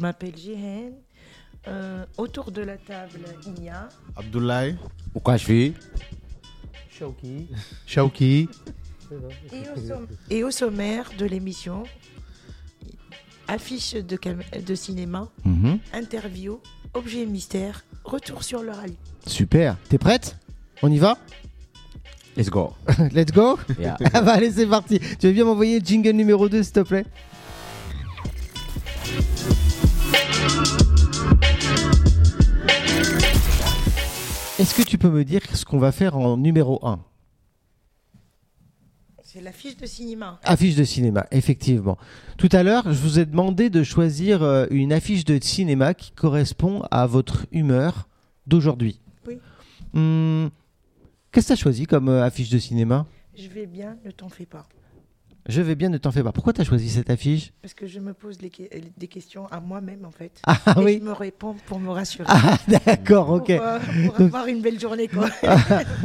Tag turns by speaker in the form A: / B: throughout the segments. A: m'appelle Jihen. Euh, autour de la table, il y a
B: Abdoulaye.
C: Oukachi.
D: Shauki.
B: Shauki.
A: Et au, somm- et au sommaire de l'émission, affiche de, cam- de cinéma,
C: Mhm.
A: interview, objet mystère, retour sur le rallye.
B: Super. T'es prête On y va
C: Let's go.
B: Let's go
C: Yeah.
B: Ah bah allez, c'est parti. Tu veux bien m'envoyer le jingle numéro 2, s'il te plaît Est-ce que tu peux me dire ce qu'on va faire en numéro 1
A: C'est l'affiche de cinéma.
B: Affiche de cinéma, effectivement. Tout à l'heure, je vous ai demandé de choisir euh, une affiche de cinéma qui correspond à votre humeur d'aujourd'hui.
A: Oui.
B: Hmm, Qu'est-ce que tu as choisi comme euh, affiche de cinéma
A: Je vais bien, ne t'en fais pas.
B: Je vais bien, ne t'en fais pas. Pourquoi tu as choisi cette affiche
A: Parce que je me pose les que- euh, des questions à moi-même, en fait.
B: Ah
A: et
B: oui,
A: je me réponds pour me rassurer.
B: ah, d'accord, ok.
A: Pour, euh, pour
B: Donc-
A: avoir une belle journée, quoi.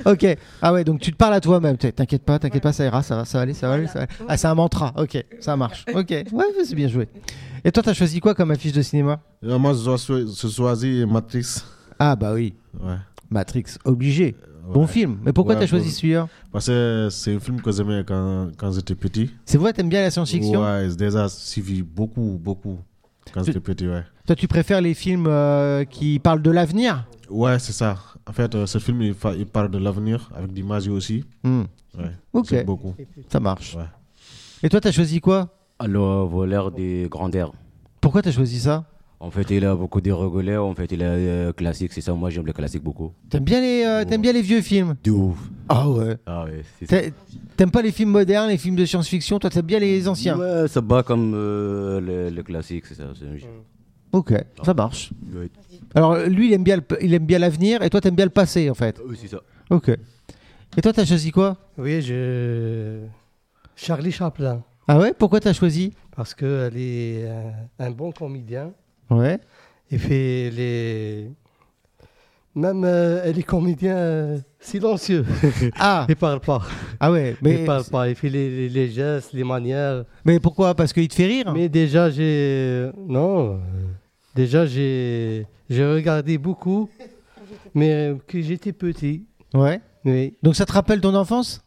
B: Ok. Ah ouais, donc tu te parles à toi-même. T'in- T'inquiète pas, t'inquiète pas, ça ira, ça va, ça va aller, ça va aller. ça va aller. Ah, c'est un mantra. Ok, ça marche. Ok. Ouais, c'est bien joué. Et toi, t'as choisi quoi comme affiche de cinéma
E: Euh, moi, je dois choi- je choisis Matrix.
B: Ah bah oui,
E: Ouais.
B: Matrix, obligé. Bon
E: Euh, Ouais.
B: film. Mais pourquoi
E: Ouais,
B: t'as choisi
E: bon.
B: celui-là
E: Parce que c'est un film que j'aimais quand, quand j'étais petit.
B: C'est vrai, t'aimes bien la science-fiction
E: Ouais, j'ai déjà suivi beaucoup, beaucoup quand
B: Tu-
E: j'étais petit, ouais.
B: Toi, tu préfères les films euh, qui parlent de l'avenir
E: Ouais, c'est ça. En fait, euh, ce film, il, fa- il parle de l'avenir avec des magies aussi.
B: Hmm,
E: Ouais.
B: Ok.
E: J'aime beaucoup.
B: Ça marche.
E: Ouais.
B: Et toi, t'as choisi quoi
C: Le voleur des grandeurs.
B: Pourquoi t'as choisi ça
C: En fait, il a beaucoup de rigolés. En fait, il a euh, classique, c'est ça. Moi, j'aime le classique beaucoup.
B: T'aimes bien les, euh, t'aimes bien les vieux films
C: De ouf.
B: Ah ouais.
C: Ah ouais, c'est ça.
B: T'a- T'aimes pas les films modernes, les films de science-fiction Toi, t'aimes bien les anciens
C: Ouais, ça bat comme euh, le, le classique, c'est ça. c'est un jeu.
B: Ok, ça marche.
C: Ouais.
B: Alors lui, il aime bien, le p- il aime bien l'avenir, et toi, t'aimes bien le passé, en fait.
C: Oui, c'est ça.
B: Ok. Et toi, t'as choisi quoi
D: Oui, je. Charlie Chaplin.
B: Ah ouais Pourquoi t'as choisi
D: Parce qu'elle est un, un bon comédien.
B: Ouais.
D: Et puis, elle est. Même, euh, elle est comédien euh, silencieux.
B: Ah,
D: Il parle pas.
B: ah ouais. Mais,
D: Il parle pas. Il fait les, les- les gestes, les manières.
B: mais pourquoi Parce qu'il te fait rire.
D: Mais déjà, j'ai. Non. euh, Déjà, j'ai. J'ai regardé beaucoup. Mais euh, que j'étais petit.
B: Ouais.
D: Oui.
B: Donc ça te rappelle ton enfance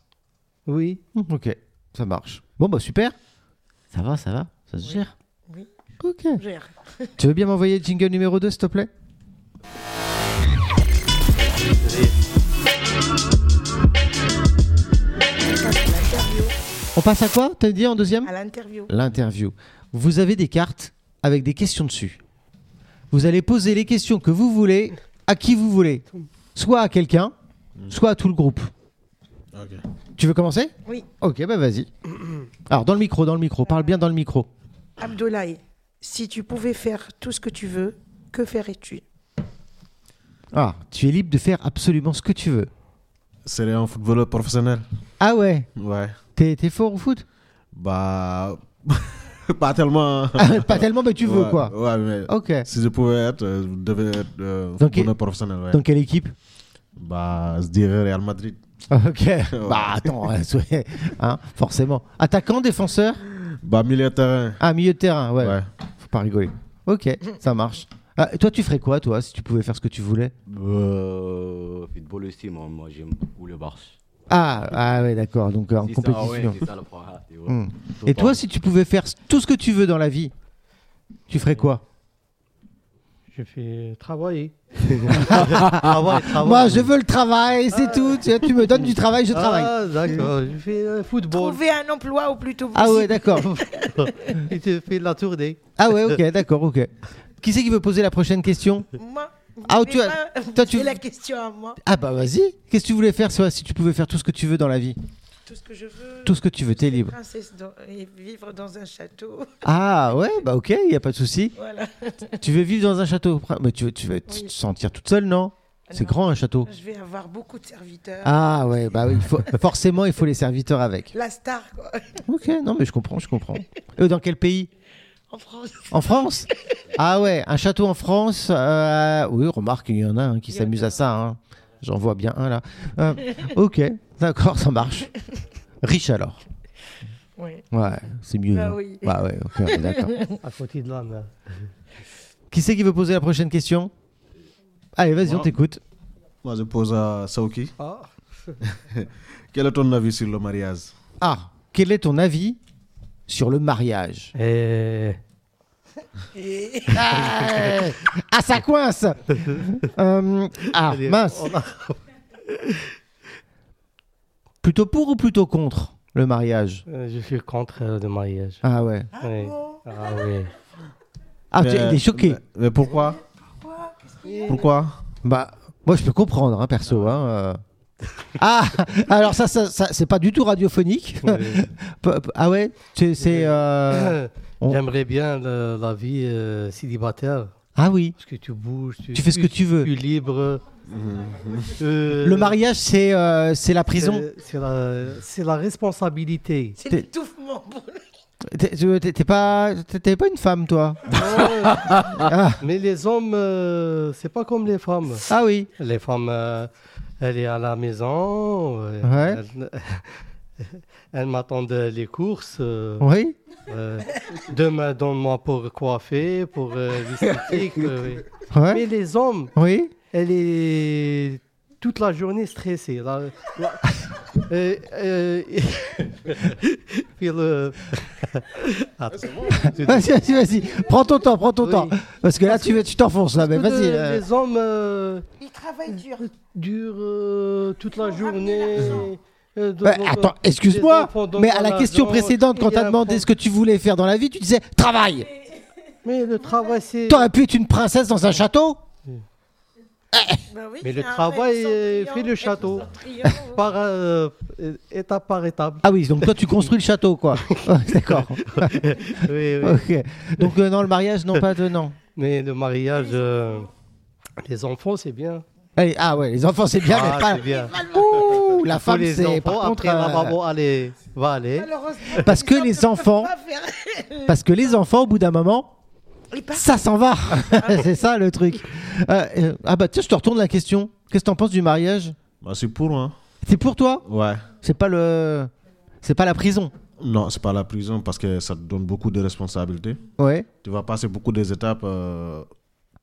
D: Oui.
B: Hmm, Ok, ça marche. Bon bah super. Ça va, ça va, ça se gère.
A: Oui.
B: Ok.
A: Gère.
B: Tu veux bien m'envoyer le jingle numéro 2, s'il te plaît
A: L'interview.
B: On passe à quoi T'as dit en deuxième
A: À l'interview.
B: L'interview. Vous avez des cartes avec des questions dessus. Vous allez poser les questions que vous voulez à qui vous voulez. Soit à quelqu'un, soit à tout le groupe.
E: Ok.
B: Tu veux commencer
A: Oui.
B: Ok, bah vas-y. Alors dans le micro, dans le micro, parle bien dans le micro.
A: Abdoulaye, si tu pouvais faire tout ce que tu veux, que ferais-tu
B: Ah, tu es libre de faire absolument ce que tu veux.
E: C'est un footballeur professionnel.
B: Ah ouais
E: Ouais.
B: T'es t'es fort au foot
E: Bah. pas tellement.
B: Ah, Pas tellement, mais tu veux
E: Ouais,
B: quoi
E: Ouais, mais.
B: Ok.
E: Si je pouvais être, euh, je devais être euh,
B: Donc,
E: footballeur professionnel, ouais.
B: Dans quelle équipe
E: Bah, je dirais Real Madrid.
B: Ok. Bah attends, euh, soyez- hein, forcément. Attaquant, défenseur
E: Bah, milieu de terrain.
B: Ah, milieu de terrain, ouais.
E: Ouais.
B: Faut pas rigoler. Ok, ça marche. Ah, toi, tu ferais quoi, toi, si tu pouvais faire ce que tu voulais
C: Euh, football aussi, moi, moi j'aime beaucoup le barche.
B: Ah, ah ouais, d'accord, donc euh, en
C: C'est ça,
B: compétition.
C: ouais, c'est ça le programme, tu vois.
B: Hmm.
C: Tout
B: Et
C: le
B: toi,
C: temps.
B: si tu pouvais faire tout ce que tu veux dans la vie, tu ferais quoi
D: Je fais euh, travailler. travail, travail.
B: Moi, je veux le travail, c'est tout. Tu, tu me donnes du travail, Mm. je travaille.
D: Ah Ah, d'accord. Je fais euh, football.
A: Trouver un emploi ou plutôt
B: Ah ouais, d'accord.
D: Il te fait de la tournée.
B: Ah ouais, ok, d'accord, ok. Qui c'est qui veut poser la prochaine question
A: Moi, vous
B: Ah,
A: pouvez
B: tu as-
A: pas me
B: toi, tu-
A: poser la question à moi.
B: Ah bah vas-y. Qu'est-ce que tu voulais faire, toi, si tu pouvais faire tout ce que tu veux dans la vie
A: Tout ce que je veux.
B: Tout ce que tu veux, t'es libre.
A: Princesse dans- et vivre dans un château.
B: Ah ouais, bah ok, il y a pas de souci.
A: Voilà.
B: Tu veux vivre dans un château pr- Mais tu, tu vas te
A: Oui.
B: te sentir toute seule, non C'est
A: Non.
B: grand un château.
A: Je vais avoir beaucoup de serviteurs.
B: Ah ouais, bah oui, il faut, forcément, il faut les serviteurs avec.
A: La star, quoi.
B: Ok, non mais je comprends, je comprends. Eux, dans quel pays
A: En France.
B: En France Ah ouais, un château en France. euh, Oui, remarque, il y en a un qui
A: Il y en
B: s'amuse
A: a.
B: à ça. hein. J'en vois bien un là. Euh, ok, d'accord, ça marche. Riche alors.
A: Oui.
B: Ouais, c'est mieux.
A: Bah
B: hein.
A: oui.
B: Mm. Bah ouais, ok, on est d'accord.
D: À côté de la mer.
B: Qui c'est qui veut poser la prochaine question Allez, vas-y, on
E: Moi.
B: t'écoute.
E: Moi, je pose à Saouki.
D: Ah.
E: Quel est ton avis sur le mariage
B: Ah, quel est ton avis sur le mariage
D: Eh,
B: Ah, ça coince Euh, Ah, mince Plutôt pour ou plutôt contre le mariage
D: euh, je suis contre euh, le mariage.
B: Ah ouais.
D: oui. Ah oui.
B: Ah, tu-
E: Mais-
B: il est choqué.
E: Mais, mais pourquoi Pourquoi
B: Bah, moi, je peux comprendre, hein, perso. hein, euh. Ah, alors ça, ça, ça, c'est pas du tout radiophonique.
D: Oui.
B: P- p- ah ouais C'est. c'est,
D: Ah.
B: euh, on-
D: J'aimerais bien le- la vie euh, célibataire.
B: Ah oui.
D: Parce que tu bouges, tu, Mm.
B: Tu fais ce que tu veux.
D: Tu es libre. Euh,
B: Le mariage, c'est euh, c'est la prison.
D: c'est- C'est la, c'est la responsabilité.
A: C'est
B: T'es-
A: l'étouffement. pour le-
B: T'es- T'es t'es pas, t'es- t'es pas une femme, toi
D: Mais les hommes, euh, c'est pas comme les femmes.
B: Ah oui.
D: Les femmes, euh, elle est à la maison. euh,
B: Ouais.
D: Elle, elle m'attend de- les courses. euh,
B: Oui.
D: euh, demain, donne-moi pour coiffer, pour euh, l'esthétique. euh, oui.
B: Ouais.
D: Mais les hommes,
B: Oui.
D: elle est toute la journée stressée. La- la- Euh, euh, puis le- Attends.
B: Vas-y, vas-y, vas-y. Prends ton temps, prends ton
D: Oui.
B: temps. Parce que là, tu veux- tu t'enfonces là, mais
D: Parce que
B: vas-y.
D: de-
B: euh,
D: Les hommes euh,
A: Il travaille dur.
D: durent euh, toute la
A: Ils ont ramené
D: journée.
A: l'argent.
D: euh, dans-
B: bah,
D: dans-
B: attends,
D: les
B: excuse-moi,
D: enfants dans
B: mais
D: mon
B: à la question
D: argent,
B: précédente, quand
D: il y a
B: t'as
D: un
B: demandé
D: pro-
B: ce que tu voulais faire dans la vie, tu disais travail.
D: Mais le travail, c'est.
B: T'aurais pu être une princesse dans un château
A: Bah oui, c'est
D: Mais le
A: un
D: travail,
A: rêve
D: euh,
A: sans
D: fait le
A: triomphe,
D: château.
A: sans triomphe.
D: Par, euh, euh, étape par étape.
B: Ah oui, donc toi, tu construis le château, quoi. Ouais, D'accord.
D: Oui, oui.
B: Ah. Ok. Donc, euh, non, le mariage, non, pas de non.
D: Mais le mariage, euh, les enfants, c'est bien.
B: Allez, ah ouais, les enfants, c'est bien,
D: Ah,
B: mais pas.
D: c'est bien.
B: Ouh, la
D: Pour
B: femme,
D: les
B: c'est
D: enfants,
B: par contre.
D: après la
B: euh,
D: maman allez, va aller.
A: Malheureusement,
B: Parce que les
A: hommes ne peuvent
B: enfants-
A: pas faire-
B: Parce que les enfants, au bout d'un moment,
A: Ils partent.
B: ça s'en va.
D: Ah
B: c'est ça le truc. Euh, euh, ah bah tiens, je te retourne la question. Qu'est-ce que t'en penses du mariage
E: bah, C'est pour, hein
B: C'est pour toi
E: Ouais.
B: C'est pas le, c'est pas la prison.
E: Non, c'est pas la prison parce que ça te donne beaucoup de responsabilités.
B: Ouais.
E: Tu vas passer beaucoup des étapes. euh,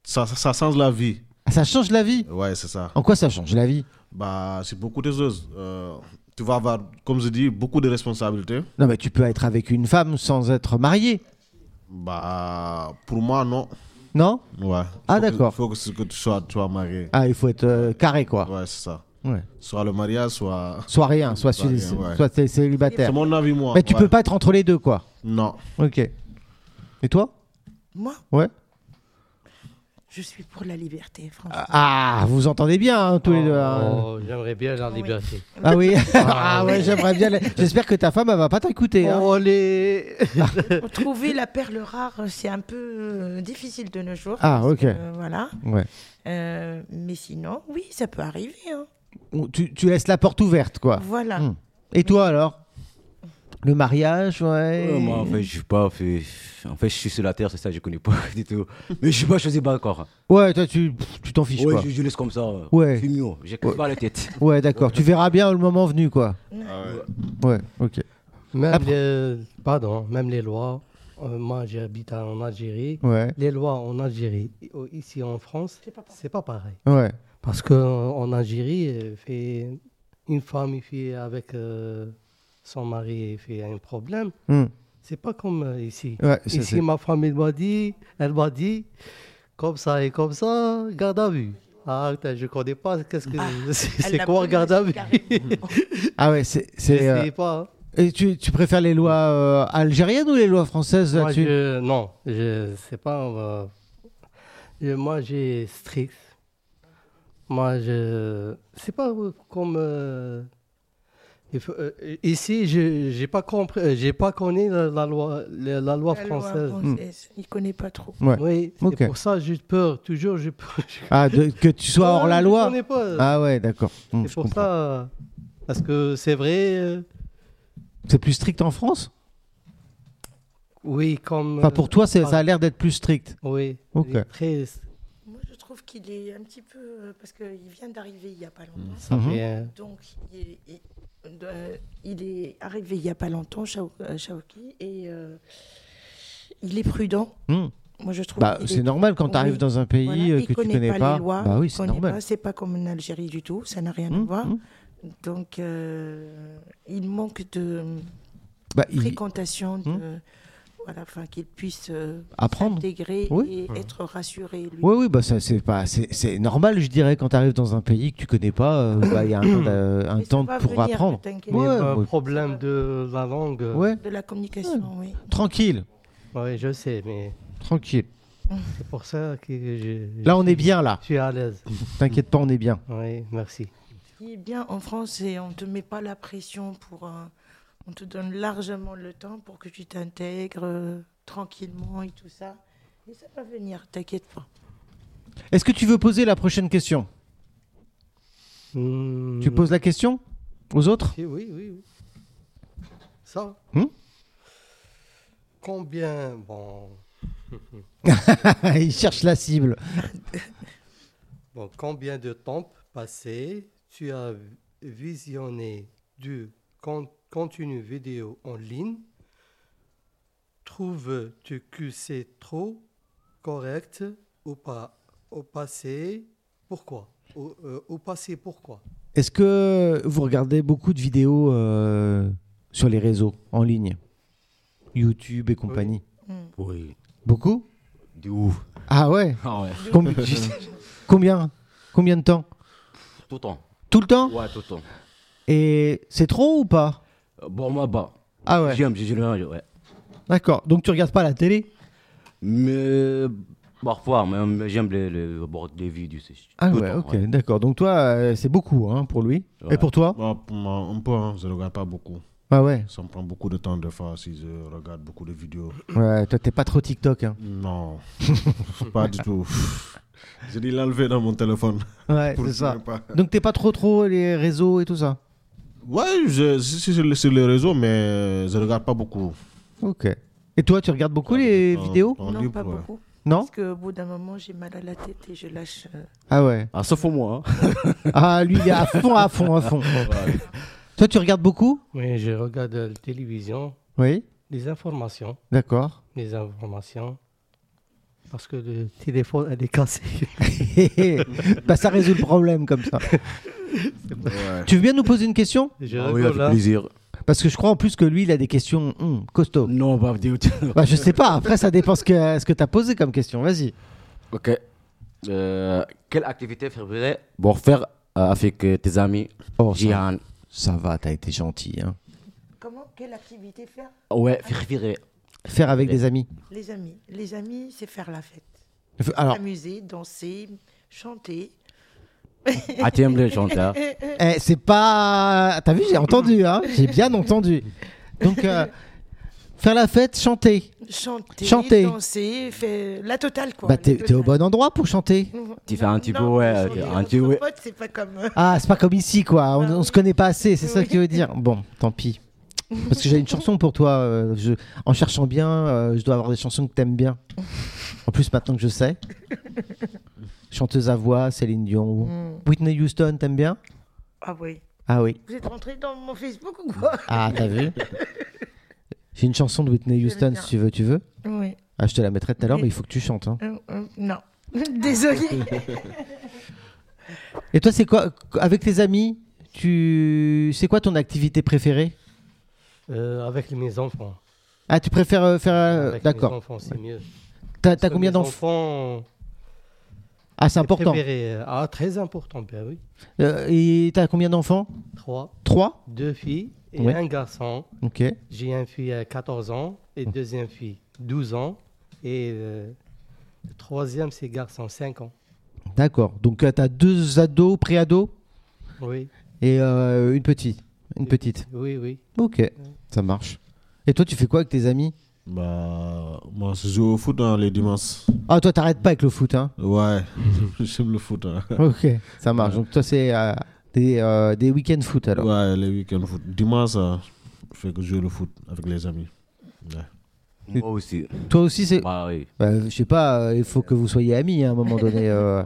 E: Ça, ça, ça change la vie.
B: Ah, Ça change la vie.
E: Ouais, c'est ça.
B: En quoi ça change la vie
E: Bah, c'est beaucoup de choses. Euh, tu vas avoir, comme je dis, beaucoup de responsabilités.
B: Non mais tu peux être avec une femme sans être marié,
E: Bah, pour moi, non.
B: non
E: Ouais.
B: Ah,
E: Faut que-
B: d'accord.
E: Faut que, ce que tu sois, tu sois marié.
B: Ah, il faut être euh, carré quoi.
E: Ouais, c'est ça.
B: Ouais.
E: Soit le mariage, soit.
B: Soit rien, soit,
E: Soit
B: cé-
E: rien, ouais.
B: soit t'es
E: C'est
B: célibataire.
E: mon avis, moi.
B: Mais tu
E: Ouais.
B: peux pas être entre les deux quoi.
E: Non.
B: Ok. Et toi
A: Moi,
B: Ouais.
A: je suis pour la liberté, franchement.
B: Ah, vous entendez bien hein, tous les deux. hein.
D: Oh, J'aimerais bien la liberté.
B: Ah oui. Ah ouais, j'aimerais bien. la- J'espère que ta femme elle va pas t'écouter. hein.
D: Oh, les...
A: Trouver la perle rare, c'est un peu euh, difficile de nos jours.
B: Ah,
A: parce
B: ok.
A: que, euh, voilà.
B: Oh. Ouais.
A: Euh, mais sinon, oui, ça peut arriver. hein.
B: On- Tu, tu laisses la porte ouverte, quoi.
A: Voilà.
B: Hmm. Et toi alors Le mariage, ouais.
C: Ouais, moi, en fait, je suis pas. fait- En fait, je suis sur la terre, c'est ça, je connais pas du tout. Mais je suis pas choisi pas encore.
B: Ouais, toi tu pff, tu t'en fiches
C: Ouais,
B: quoi.
C: je, je laisse comme ça.
B: Ouais.
C: C'est mieux. J'ai casse pas la tête.
B: Ouais, d'accord. Tu verras bien le moment venu, quoi. Ouais, ok.
D: Même
B: Après-
D: les... Pardon, même les lois. Euh, moi, j'habite en Algérie.
B: Ouais,
D: Les lois en Algérie, i- ici en France, c'est pas pareil.
B: ouais.
D: Parce qu'en Algérie, euh, fait une femme il fait avec euh, son mari il fait un problème.
B: Hmm.
D: C'est pas comme euh, ici.
B: Ouais, ça, c'est-
D: Ici, ma femme, elle m'a dit, elle m'a dit, comme ça et comme ça, garde à vue. Ah, putain, je connais pas, qu'est-ce que c'est
A: elle
D: c'est
A: l'a
D: quoi
A: brûlé,
D: garde à vue
A: carrément.
B: Ah ouais, c'est.
D: Je
B: c'est, euh,
D: sais pas.
B: Et tu, tu préfères les lois euh, algériennes ou les lois françaises
D: Moi,
B: là-dessus
D: je- non, je sais pas. euh, je- moi, j'ai strict. Moi, je. C'est pas euh, comme. euh, il faut- euh, ici, je j'ai pas compris, euh, j'ai pas connu la, la loi, la, la loi
A: La loi
D: française.
A: française, Il connaît pas trop.
B: Ouais.
D: Oui, c'est
B: Ok.
D: pour ça j'ai peur. Toujours, j'ai peur.
B: Ah, de- que tu sois hors la
D: Je
B: loi.
D: connais pas.
B: Ah ouais, d'accord. Hmm,
D: c'est
B: je
D: pour
B: comprends.
D: ça. euh, Parce que c'est vrai. euh,
B: C'est plus strict en France
D: oui, comme.
B: Enfin, pour toi, c'est-
D: ah.
B: ça a l'air d'être plus strict.
D: euh, Oui.
B: Ok.
D: il est Très.
A: Moi, je trouve qu'il est un petit peu. euh, Parce qu'il vient d'arriver il y a pas longtemps.
B: Mhm.
D: bien.
A: Donc, il est, il- euh, il est arrivé il n'y a pas longtemps, Shao- euh, Shaoki, et euh, il est prudent.
B: Hmm.
A: Moi, je trouve.
B: Bah,
A: qu'il
B: c'est
A: est-
B: normal quand tu arrives
A: Oui.
B: dans un pays
A: Voilà,
B: euh,
A: il
B: que tu
A: connaît
B: connais pas.
A: les lois,
B: bah oui,
A: il
B: c'est
A: connaît
B: normal.
A: pas, C'est pas comme en Algérie du tout. Ça n'a rien à
B: Hum,
A: voir.
B: hum.
A: Donc, euh, il manque de
B: Bah, il-
A: fréquentation, de,
B: Hmm.
A: voilà, enfin, qu'il puisse euh,
B: Apprendre.
A: s'intégrer
B: Oui.
A: et être rassuré. Lui.
B: Oui, oui, bah ça, c'est pas, c'est c'est normal, je dirais, quand tu arrives dans un pays que tu connais pas, euh, bah, il y a un temps, d'a- un
A: Mais ça
B: temps
A: va
B: pour
A: venir, ne
B: apprendre.
A: t'inquiète
D: Mais
B: Ouais,
A: pas.
D: euh,
B: moi-
D: problème de la langue. euh,
B: Ouais,
A: De la communication, oui.
B: tranquille,
D: ouais, je sais, mais
B: tranquille.
D: c'est pour ça que je.
B: Là, on est bien là.
D: Je suis à l'aise.
B: T'inquiète pas, on est bien.
D: Oui, merci.
A: Ce qui est bien en France, c'est on te met pas la pression pour. euh, on te donne largement le temps pour que tu t'intègres euh, tranquillement et tout ça. Et ça va venir, t'inquiète pas.
B: Est-ce que tu veux poser la prochaine question
D: Hmm,
B: Tu poses la question aux autres
D: si, Oui, oui, oui. Ça.
B: Hmm
D: Combien. Bon.
B: Ils cherchent la cible.
D: Bon, combien de temps passé tu as visionné du con- contenu vidéo en ligne Trouves-tu que c'est trop correct ou pas Au passé, pourquoi au, euh, au passé, pourquoi
B: Est-ce que vous regardez beaucoup de vidéos euh, sur les réseaux en ligne YouTube et compagnie
C: Oui.
B: Beaucoup
C: De ouf.
B: Ah ouais
C: Ah ouais.
B: Combi- Combien Combien de temps
C: Tout le temps.
B: Tout le temps
C: Ouais, tout le temps.
B: Et c'est trop ou pas
C: Euh, Bon, moi, bah.
B: Ah ouais,
C: J'aime, j'ai le ouais.
B: d'accord. Donc tu regardes pas la télé
C: Mais parfois, mais- mais j'aime les, les, bon, les vidéos. c'est
B: Ah
C: tout le
B: ouais,
C: temps,
B: ok, d'accord. Donc toi, euh, c'est beaucoup hein, pour lui.
C: Ouais.
B: Et pour toi
E: Bon, pour moi, un peu, hein, je ne regarde pas beaucoup.
B: Ah ouais.
E: Ça me prend beaucoup de temps des fois si je regarde beaucoup de vidéos.
B: ouais toi, t'es pas trop TikTok. Hein.
E: Non, pas du tout. J'ai dû l'enlever dans mon téléphone.
B: Ouais,
E: Pour
B: c'est
E: le
B: ça.
E: souvenir pas.
B: Donc t'es pas trop trop les réseaux et tout ça
E: Ouais, je, si- si- sur les- sur les réseaux, mais euh, je ne regarde pas beaucoup.
B: Ok. Et toi, tu regardes beaucoup les
E: En-
B: vidéos
E: en
A: non,
E: libre,
A: pas
E: ouais.
A: beaucoup.
B: Non
A: Parce qu'au bout d'un moment, j'ai mal à la tête et je lâche. euh,
B: Ah ouais.
C: Ah, sauf pour moi. hein.
B: Ah lui, il est à fond, à fond, à fond. Toi, tu regardes beaucoup
D: Oui, je regarde la télévision,
B: Oui.
D: les informations,
B: D'accord.
D: les informations, parce que le téléphone, elle est cassée.
B: bah ça résout le problème comme ça. Tu veux bien nous poser une question
D: Je
C: Ah oui,
D: rigole,
C: avec
D: hein.
C: plaisir.
B: Parce que je crois en plus que lui, il a des questions hum, costauds.
C: Non, bah, vidéo.
B: Bah, je sais pas, après ça dépend ce que, ce que t'as posé comme question, vas-y.
C: Ok. Euh, quelle activité ferais pour faire euh, avec euh, tes amis
B: Oh,
C: Jihan.
B: ça va, t'as été gentil. Hein.
A: Comment Quelle activité faire
C: Ouais, ferais.
B: Faire avec des amis.
A: Les amis. Les amis, c'est faire la fête.
B: F- Alors,
A: Amuser, danser, chanter.
C: Ah, t'aimes les gens, là.
B: eh, c'est pas... T'as vu, j'ai entendu, hein j'ai bien entendu. Donc, euh, faire la fête, chanter.
A: Chanter,
B: Chanter.
A: danser, faire la totale quoi.
B: Bah,
A: la
B: t'es t'es au
A: totale.
B: bon endroit pour chanter.
C: Tu fais un petit peu,
A: Non,
C: ouais,
A: mais
C: ok,
A: chanter
C: un
A: entre
C: petit, ouais.
A: potes, c'est pas comme. euh,
B: Ah, c'est pas comme ici, quoi. On,
A: Ah
B: on
A: oui.
B: se connaît pas assez, c'est ça
A: Oui.
B: que tu veux dire. Bon, tant pis. Parce que j'ai une chanson pour toi. euh, je- en cherchant bien, euh, je dois avoir des chansons que t'aimes bien. En plus, maintenant que je sais. Chanteuse à voix, Céline Dion.
A: Mm.
B: Whitney Houston, t'aimes bien
A: Ah Mm. oui.
B: Ah oui.
A: Vous êtes rentré dans mon Facebook ou quoi
B: Ah, t'as vu J'ai une chanson de Whitney Houston,
A: bien.
B: si tu veux, tu veux
A: Oui.
B: Ah, je te la mettrai tout à l'heure,
A: Oui.
B: mais il faut que tu chantes. hein.
A: Euh, euh, non. Désolée.
B: Et toi, c'est quoi Avec tes amis, tu... c'est quoi ton activité préférée
D: Euh, avec mes enfants.
B: Ah, tu préfères euh, faire...
C: Ah,
B: euh,
D: Avec mes
B: D'accord.
D: enfants, c'est mieux.
B: T'as
D: Parce
B: t'as
D: que
B: combien
D: mes
B: d'enfants
D: enfants
B: Ah, c'est important.
D: préférés, euh, Ah, très important, ben oui.
B: Euh, et t'as combien d'enfants
D: Trois,
B: Trois
D: deux filles et
B: Ouais.
D: un garçon.
B: Ok.
D: J'ai une fille à 14 ans et
B: Hum.
D: deuxième fille 12 ans. Et euh, le troisième, c'est garçon, 5 ans.
B: D'accord. Donc euh, t'as deux ados, pré-ados
D: Oui,
B: et euh, une petite. Une petite.
D: oui, oui.
B: Ok. Ça marche. Et toi, tu fais quoi avec tes amis
E: Bah, moi, je joue au foot hein, les dimanches.
B: Ah, toi, t'arrêtes pas avec le foot, hein
E: Ouais, j'aime le foot. hein.
B: Ok. Ça marche. Donc toi, c'est euh, des, euh, des week-ends foot alors.
E: Ouais, les week-ends foot. Dimanche, hein, je fais que je joue le foot avec les amis. Ouais.
C: Moi aussi.
B: Toi aussi, c'est.
C: Bah oui.
B: hein, Bah, je sais pas. euh, Il faut que vous soyez amis à un moment donné. euh.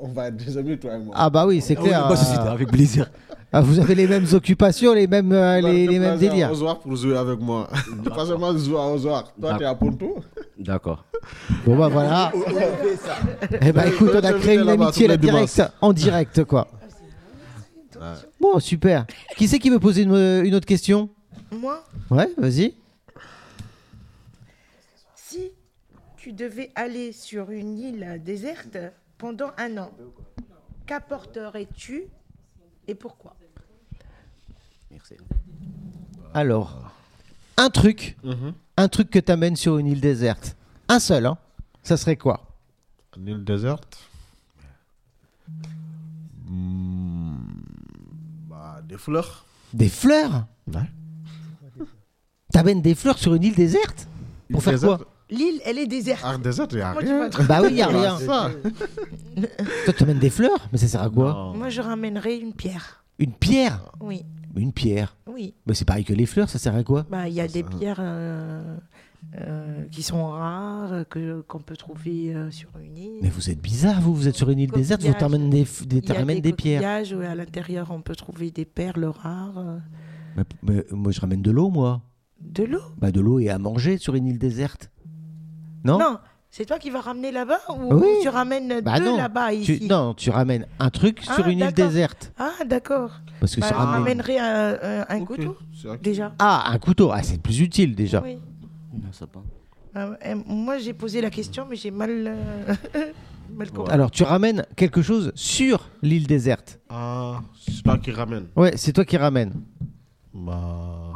E: On va être des amis, toi et moi.
B: Ah bah oui, c'est
C: Ah oui,
B: clair.
C: pas de souci,
B: euh,
C: avec plaisir.
B: ah, vous avez les mêmes occupations, les mêmes, euh,
E: Tu vas
B: les,
E: te
B: les mêmes
E: placer à
B: délires.
E: Ozoar pour jouer avec moi. Pas seulement jouer à Ozoar. Toi,
C: D'accord.
E: t'es à Ponto.
C: D'accord.
B: Bon bah voilà. Eh bah écoute, on a
E: Bonne
B: créé une
E: journée là-bas,
B: amitié
E: tout le monde
B: là,
E: du
B: direct, en direct quoi. Bon, super. Qui c'est qui veut poser une, euh, une autre question
A: Moi,
B: Ouais, vas-y.
A: si tu devais aller sur une île déserte pendant un an, qu'apporterais-tu et pourquoi
C: Merci.
B: Alors, un truc,
E: Mhm.
B: un truc que t'amènes sur une île déserte. Un seul, hein. Ça serait quoi
E: Une île déserte. Hmm, Bah, des fleurs.
B: Des fleurs
E: Ouais.
B: T'amènes des fleurs sur une île déserte Pour faire quoi
A: L'île, elle est déserte.
E: Art déserte, il n'y a
A: Moi, tu
E: rien.
A: vois-
B: Bah oui, y a
E: Ah,
B: rien.
E: ça.
B: Toi, t'amènes des fleurs Mais ça sert à quoi
E: Non.
A: Moi, je ramènerais une pierre.
B: Une pierre
A: Oui,
B: Une pierre.
A: oui.
B: Mais c'est pareil que les fleurs, ça sert à quoi
A: Bah, il y a des pierres euh, euh, qui sont rares, que qu'on peut trouver euh, sur une île.
B: Mais vous êtes bizarre, vous, vous êtes sur une île
A: Coquillages.
B: déserte, vous t'amènes des, f- des,
A: Il y a
B: t'amènes des pierres.
A: coquillages, ouais, à l'intérieur, on peut trouver des perles rares. euh,
B: Mais, mais moi, je ramène de l'eau, moi.
A: De l'eau
B: Bah, de l'eau et à manger sur une île déserte. Non,
A: Non, c'est toi qui vas ramener là-bas ou
B: Oui.
A: tu ramènes
B: Bah
A: deux
B: non.
A: là-bas
B: Tu-
A: ici
B: non, tu ramènes un truc
A: Ah,
B: sur une île
A: d'accord.
B: déserte.
A: Ah, d'accord.
B: Parce que
A: Bah,
B: ça
A: je
B: ramène-
A: ramènerai un, un- un
E: Ok,
A: couteau,
E: c'est ok.
A: déjà.
B: Ah, un couteau. Ah, c'est plus utile déjà.
A: Oui.
C: Non, ça va.
A: Euh, euh, moi, j'ai posé la question, mais j'ai mal, euh, mal compris.
B: Alors, tu ramènes quelque chose sur l'île déserte.
E: Ah, c'est toi qui ramène.
B: Ouais, c'est toi qui ramènes.
E: Bah,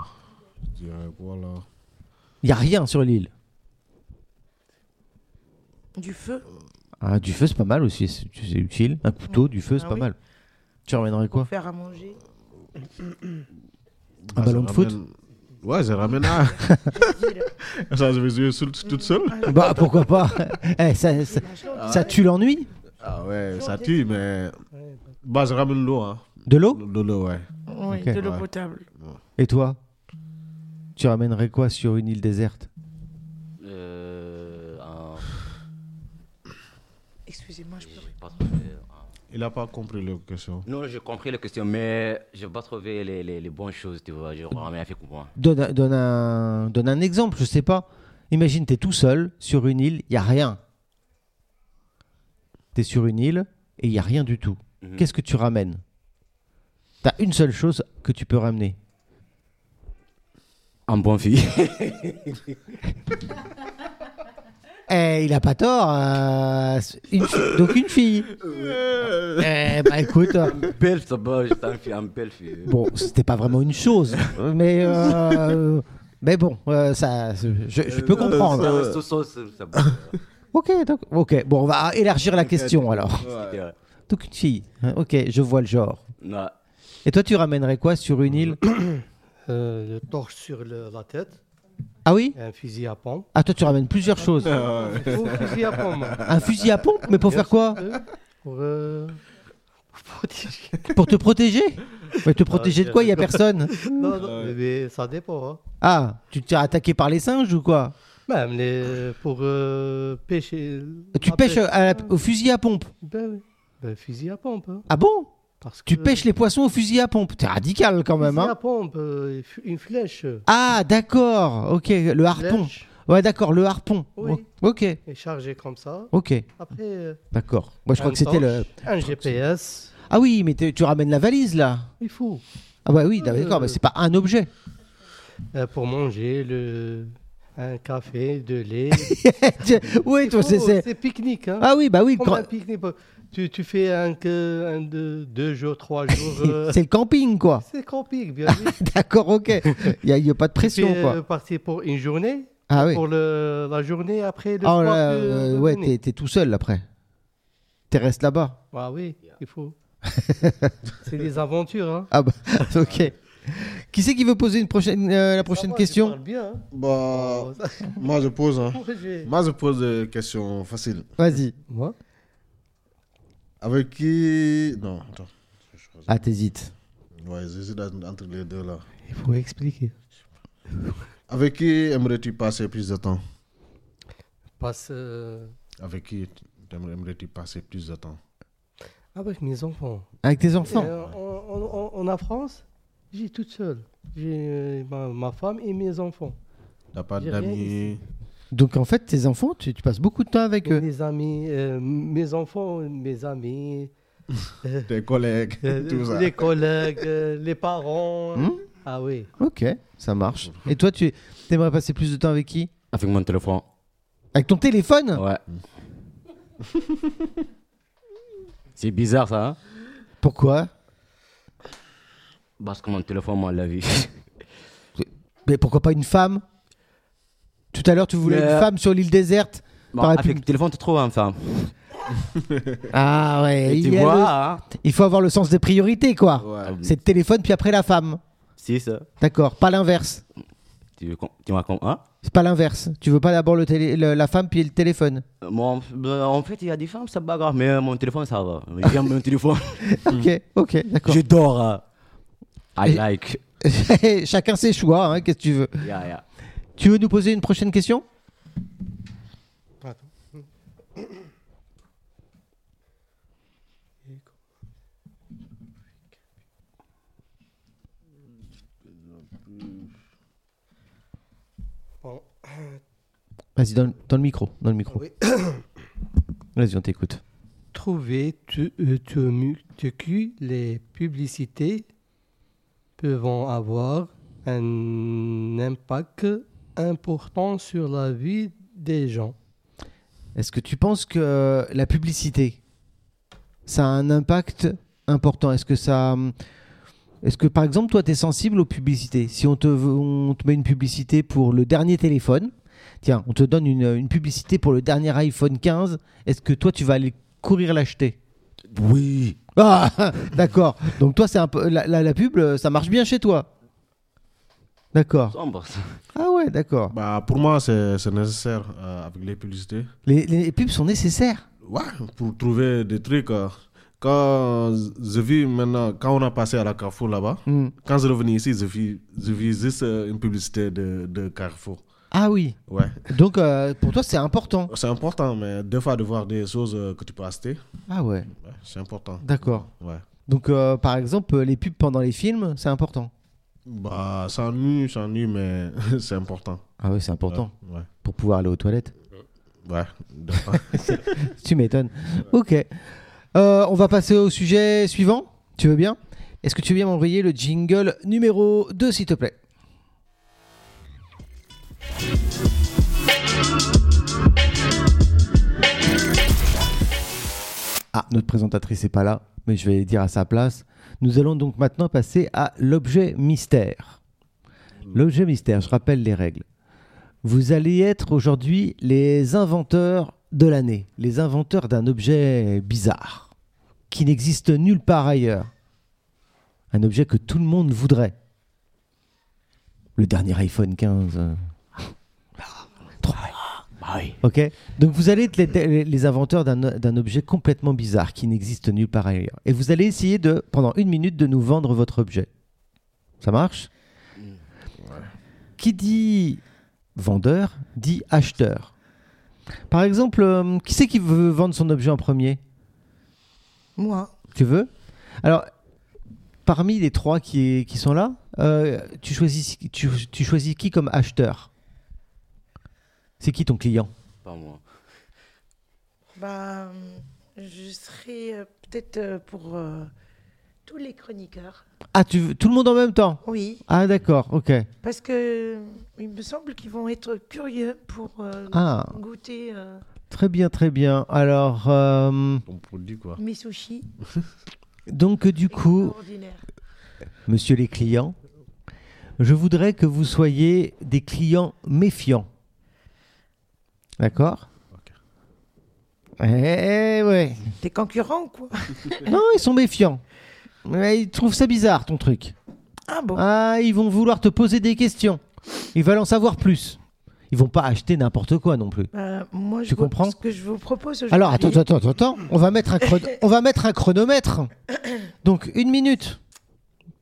E: je dirais quoi là
B: Il y a rien sur l'île.
A: Du feu
B: Ah, du feu, c'est pas mal aussi. C'est c'est utile. Un couteau, du feu, c'est
A: Ah
B: pas
A: oui.
B: mal. Tu ramènerais
A: pour
B: quoi
A: faire à manger.
B: Un ballon de
E: je
B: foot
E: Bah, ramène- Ouais, je ramène un. ça, je vais jouer seul- toute seule.
B: Bah, pourquoi pas Eh, ça, ça, ça tue l'ennui
E: Ah ouais, ça tue, mais. Bah, je ramène l'eau, hein.
B: De l'eau
E: De l'eau, ouais.
A: Oui,
B: Ok.
A: de l'eau
E: Ouais.
A: potable.
B: Et toi Tu ramènerais quoi sur une île déserte
C: Euh. Un...
A: Excusez-moi, je peux.
C: J'ai pas trouvé. un-
E: Il n'a pas compris la question.
C: Non, j'ai compris la question, mais j'ai pas trouvé les, les, les bonnes choses, tu vois. Je ramène avec moi.
B: donne, un- donne, un, donne un exemple, je sais pas. Imagine, t'es tout seul sur une île, il y a rien. T'es sur une île et il y a rien du tout.
C: Mhm.
B: Qu'est-ce que tu ramènes T'as une seule chose que tu peux ramener.
C: Un bon fille.
B: Eh, il a pas tort. euh, une fi- donc une fille. Eh, bah écoute, euh,
C: belle, ça va, j'étais un fille, un belle fille.
B: bon, c'était pas vraiment une chose, mais euh, mais bon, euh, ça, je, je peux comprendre.
C: Ah Ça reste au sauce, ça va.
B: Ok, donc, ok. Bon, on va élargir la question alors.
C: Ouais.
B: Donc une fille. hein, Ok, je vois le genre.
C: Non.
B: Et toi, tu ramènerais quoi sur une île
D: Euh, le torche sur le- la tête,
B: Ah oui
D: un fusil à pompe.
B: Ah, toi, tu ramènes plusieurs choses.
D: Oh, fusil à pompe.
B: Un fusil à pompe, mais pour faire quoi
D: Euh, Pour, euh, pour protéger.
B: Pour te protéger Mais te protéger de quoi Il y a personne.
D: Non, non, mais ça dépend. hein.
B: Ah, tu t'es attaqué par les singes ou quoi
D: Même les, pour euh, pêcher.
B: Tu
D: la
B: pêches euh,
D: pêche.
B: à la- au fusil à pompe.
D: Ben oui. Ben, fusil à pompe. hein.
B: Ah bon
D: Parce
B: Tu
D: que-
B: pêches les poissons au fusil à pompe. T'es radical quand même,
D: Euh. Fusil
B: hein
D: à pompe, euh, fu- une flèche.
B: Ah, d'accord. Ok, le harpon.
D: Flèche,
B: Ouais, d'accord, le harpon.
D: Oui.
B: Ok,
D: et chargée comme ça.
B: ok,
D: Après. euh,
B: d'accord. Moi, je crois
D: un
B: que c'était le.
D: torche, Un GPS.
B: Ah oui, mais t'es- tu ramènes la valise là.
D: Il faut.
B: Ah ouais, oui, d'accord, mais c'est pas un objet.
D: Euh, pour manger le, un café, de lait.
B: Tiens, oui,
D: Il
B: toi, c'est-
D: faut,
B: c'est.
D: C'est pique-nique. Hein.
B: Ah oui, bah oui,
D: Comme
B: quand-
D: un pique-nique. Tu, tu fais un, que- un deux, deux jours, trois jours. euh,
B: c'est le camping, quoi.
D: c'est camping, bien vu.
B: D'accord, ok. Il n'y a, pas de
D: Tu
B: pression,
D: es
B: quoi.
D: parti pour une journée.
B: Ah oui.
D: euh, Pour le, la journée après le
B: Ah
D: soir
B: là,
D: de-
B: euh,
D: de
B: ouais,
D: dîner.
B: t'es- t'es tout seul après. T'es restes là-bas.
D: Ah oui, il faut. c'est des aventures. Hein.
B: Ah bah, ok. Qui c'est qui veut poser une prochaine, euh, la prochaine
D: Ça va, tu
B: question
D: parles bien, hein.
E: Bah,
D: Oh, ça-
E: moi je pose, hein.
D: Pourquoi j'ai-
E: Moi je pose des questions faciles.
B: Vas-y.
D: Moi
E: Avec qui. Non, attends.
B: Ah, t'hésites.
E: Ouais, j'hésite entre les deux là.
D: Il faut expliquer.
E: Avec qui aimerais-tu passer plus de temps
D: Passe. euh,
E: Avec qui t'aimerais- aimerais-tu passer plus de temps
D: avec mes enfants.
B: Avec tes enfants
D: Et, euh, en, en- en- en France, j'ai toute seule. J'ai euh, ma, ma femme et mes enfants.
E: T'as pas
D: J'ai rien
E: d'amis.
B: Donc en fait, tes enfants, tu, tu passes beaucoup de temps avec eux.
D: Mes amis, euh, mes enfants, mes amis,
E: Tes collègues,
D: euh,
E: tout ça.
D: les collègues, euh, les parents.
B: Hmm
D: ah oui.
B: Ok, ça marche. Et toi, tu aimerais passer plus de temps avec qui
C: Avec mon téléphone.
B: Avec ton téléphone
C: Ouais. C'est bizarre ça, hein
B: Pourquoi
C: Parce que mon téléphone m'a la vie.
B: Mais pourquoi pas une femme Tout à l'heure, tu voulais
C: Mais- euh,
B: une femme sur l'île déserte.
C: Bon,
B: T'aurais
C: avec
B: pu-
C: le téléphone, tu trouves un femme.
B: Ah ouais,
C: Et
B: il,
C: tu
B: y a
C: vois,
B: le-
C: hein,
B: il faut avoir le sens des priorités, quoi.
E: Ouais.
B: C'est le téléphone, puis après la femme.
C: c'est ça.
B: D'accord, pas l'inverse.
C: Tu, com- tu m'as compris, hein
B: C'est pas l'inverse. Tu veux pas d'abord le télé- le- la femme, puis le téléphone.
C: Bon, ben, en fait, il y a des femmes, ça bagarre, mais euh, mon téléphone, ça va. Mais J'aime mon téléphone. Hmm.
B: Ok, ok, d'accord.
C: Je dors. hein. I
B: Et-
C: like.
B: Chacun ses choix, hein, qu'est-ce que tu veux.
C: Yeah, yeah.
B: Tu veux nous poser une prochaine question
D: Attends. Pardon.
B: Vas-y, dans, le- dans le micro. Dans le micro.
D: Oui.
B: Vas-y, on t'écoute.
D: Trouvez-tu euh, tu mu- tu que les publicités peuvent avoir un impact important sur la vie des gens
B: Est-ce que tu penses que la publicité, ça a un impact important Est-ce que ça... Est-ce que par exemple, toi, tu es sensible aux publicités Si on te, on te met une publicité pour le dernier téléphone, tiens, on te donne une, une publicité pour le dernier iPhone 15, est-ce que toi, tu vas aller courir l'acheter
C: Oui.
B: Ah, d'accord. Donc toi, c'est un peu la, la- la pub, euh, ça marche bien chez toi. D'accord.
C: Sombre, ça.
B: Ah ouais, d'accord.
E: Bah, pour moi, c'est c'est nécessaire euh, avec les publicités.
B: Les, les pubs sont nécessaires.
E: Ouais, pour trouver des trucs. euh, Quand je vis maintenant, quand on a passé à la Carrefour là-bas,
B: Hmm.
E: quand je revenais ici, je vis, je vis juste euh, une publicité de, de Carrefour.
B: Ah oui.
E: Ouais.
B: Donc euh, pour toi, c'est important.
E: C'est important, mais des fois de voir des choses euh, que tu peux acheter,
B: Ah ouais.
E: ouais, c'est important.
B: D'accord.
E: Ouais.
B: Donc, euh, par exemple, euh, les pubs pendant les films, c'est important.
E: Bah, ça ennuie, ça ennuie, mais c'est important.
B: Ah oui, c'est important.
E: Ouais.
B: Pour pouvoir aller aux toilettes.
E: Ouais. des fois.
B: Tu m'étonnes. Ok. Euh, on va passer au sujet suivant. Tu veux bien Est-ce que tu veux bien m'envoyer le jingle numéro 2, s'il te plaît Ah, notre présentatrice n'est pas là, mais je vais dire à sa place. Nous allons donc maintenant passer à l'objet mystère. L'objet mystère, je rappelle les règles. Vous allez être aujourd'hui les inventeurs de l'année, les inventeurs d'un objet bizarre, qui n'existe nulle part ailleurs. Un objet que tout le monde voudrait. Le dernier iPhone 15. euh.
C: Bah oui.
B: Ok Donc vous allez être les, les inventeurs d'un d'un objet complètement bizarre qui n'existe nulle part ailleurs. Et vous allez essayer de, pendant une minute, de nous vendre votre objet. Ça marche Qui dit vendeur dit acheteur. Par exemple, euh, qui c'est qui veut vendre son objet en premier
A: Moi,
B: Tu veux Alors, parmi les trois qui, qui sont là, euh, tu, choisis, tu, tu choisis qui comme acheteur C'est qui ton client
C: Pas moi.
A: bah, euh, je serai euh, peut-être euh, pour euh, tous les chroniqueurs.
B: Ah, tu veux tout le monde en même temps
A: Oui,
B: Ah, d'accord, ok.
A: parce que euh, il me semble qu'ils vont être curieux pour euh,
B: Ah,
A: goûter euh,
B: très bien, très bien. Alors, euh,
E: On produit quoi.
A: mes sushis
B: donc du coup,
A: ordinaires.
B: monsieur les clients, je voudrais que vous soyez des clients méfiants. D'accord
E: Ok.
B: Eh ouais.
A: T'es concurrent ou quoi
B: Non, ils sont méfiants. Mais ils trouvent ça bizarre, ton truc.
A: Ah bon
B: Ah, ils vont vouloir te poser des questions. Ils veulent en savoir plus. Ils vont pas acheter n'importe quoi non plus.
A: Euh, Moi, je
B: Tu
A: vous-
B: comprends
A: Ce que je vous propose aujourd'hui.
B: Alors, attends, attends, attends, attends. On va mettre un, chrono- on va mettre un chronomètre. Donc, une minute.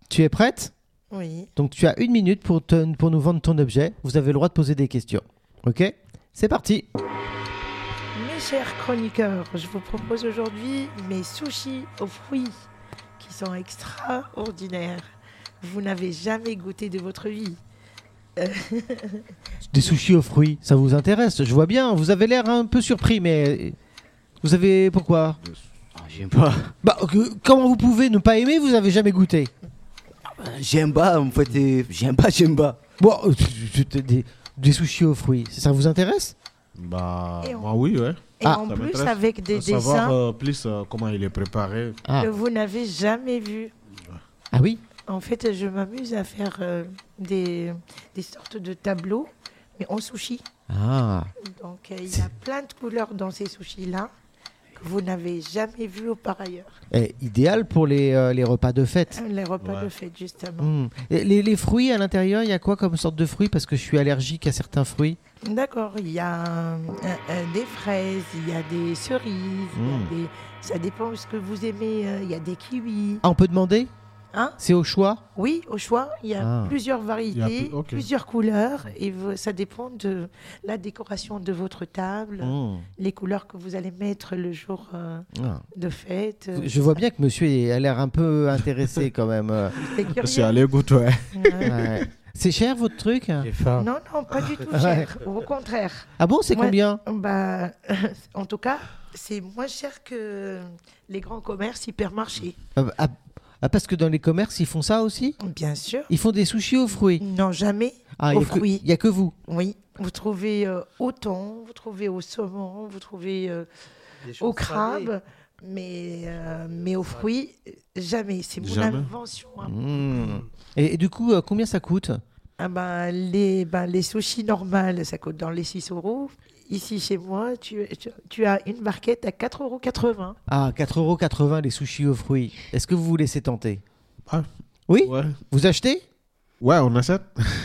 B: Tu es prête
A: Oui.
B: Donc, tu as une minute pour, te- pour nous vendre ton objet. Vous avez le droit de poser des questions. Ok C'est parti.
A: Mes Chers chroniqueurs, je vous propose aujourd'hui mes sushis aux fruits qui sont extraordinaires. Vous n'avez jamais goûté de votre vie.
B: Des sushis aux fruits, ça vous intéresse Je vois bien, vous avez l'air un peu surpris, mais vous avez pourquoi
C: Ah, J'aime pas.
B: Bah, que- comment vous pouvez ne pas aimer Vous avez jamais goûté.
C: Euh, J'aime pas, en fait. euh, J'aime pas, j'aime pas.
B: Bon, euh, des, des sushis aux fruits, ça vous intéresse
E: Bah,
A: Et on-
E: bah oui, ouais.
A: Et
B: Ah,
A: en
E: ça
A: plus,
E: m'intéresse.
A: avec des
E: Savoir
A: dessins
E: euh, plus euh, comment il est préparé.
B: ah.
A: que vous n'avez jamais vus.
B: ah oui
A: En fait, je m'amuse à faire euh, des, des sortes de tableaux, mais en sushi.
B: Ah,
A: Donc, euh, il y a plein de couleurs dans ces sushis-là que vous n'avez jamais vu par ailleurs.
B: Eh, idéal pour les, euh, les repas de fête.
A: Les repas
E: Ouais.
A: de fête, justement.
B: Hmm. Et Les, les fruits à l'intérieur, il y a quoi comme sorte de fruits Parce que je suis allergique à certains fruits.
A: D'accord, il y a euh, euh, des fraises, il y a des cerises, il y a
E: Mmh.
B: Mm.
A: des- ça dépend de ce que vous aimez. euh, Il y a des kiwis.
B: Ah, on peut demander
A: Hein
B: C'est au choix
A: Oui, au choix, il y a
B: Ah.
A: plusieurs
E: Il y
A: variétés,
E: a plus- ok.
A: plusieurs couleurs, et vous- ça dépend de la décoration de votre table,
E: Mmh.
B: Hmm.
A: les couleurs que vous allez mettre le jour euh,
B: Ah.
A: de fête. euh,
B: Je vois bien que monsieur est- a l'air un peu intéressé quand même. euh.
A: C'est
E: Je suis
A: curieux.
E: allé goûter, ouais.
A: Ouais.
B: Ouais. C'est cher votre truc
D: J'ai faim.
A: Non, non, pas du tout cher. Au contraire.
B: Ah bon, c'est
A: Ouais.
B: combien
A: Bah, en tout cas, c'est moins cher que les grands commerces, hypermarchés.
B: Ah, ah, ah, parce que dans les commerces, ils font ça aussi
A: Bien sûr.
B: Ils font des sushis aux fruits.
A: Non, jamais.
B: Ah,
A: Aux
B: il y a que-
A: fruits.
B: il y a que vous.
A: Oui. Vous trouvez euh, au thon, vous trouvez au saumon, vous trouvez euh, au crabe, mais, euh, mais aux fruits, euh, jamais. C'est mon
E: Jamais.
A: invention. hein.
B: Hmm. Et, et du coup, euh, combien ça coûte
A: Ah ben, les, ben, les sushis normales, ça coûte dans les 6 euros. Ici, chez moi, tu, tu- tu as une barquette à 4,80 euros.
B: Ah, 4,80€ les sushis aux fruits. Est-ce que vous vous laissez tenter
E: Ah.
B: Oui
E: Ouais,
B: Vous achetez
E: ouais on achète.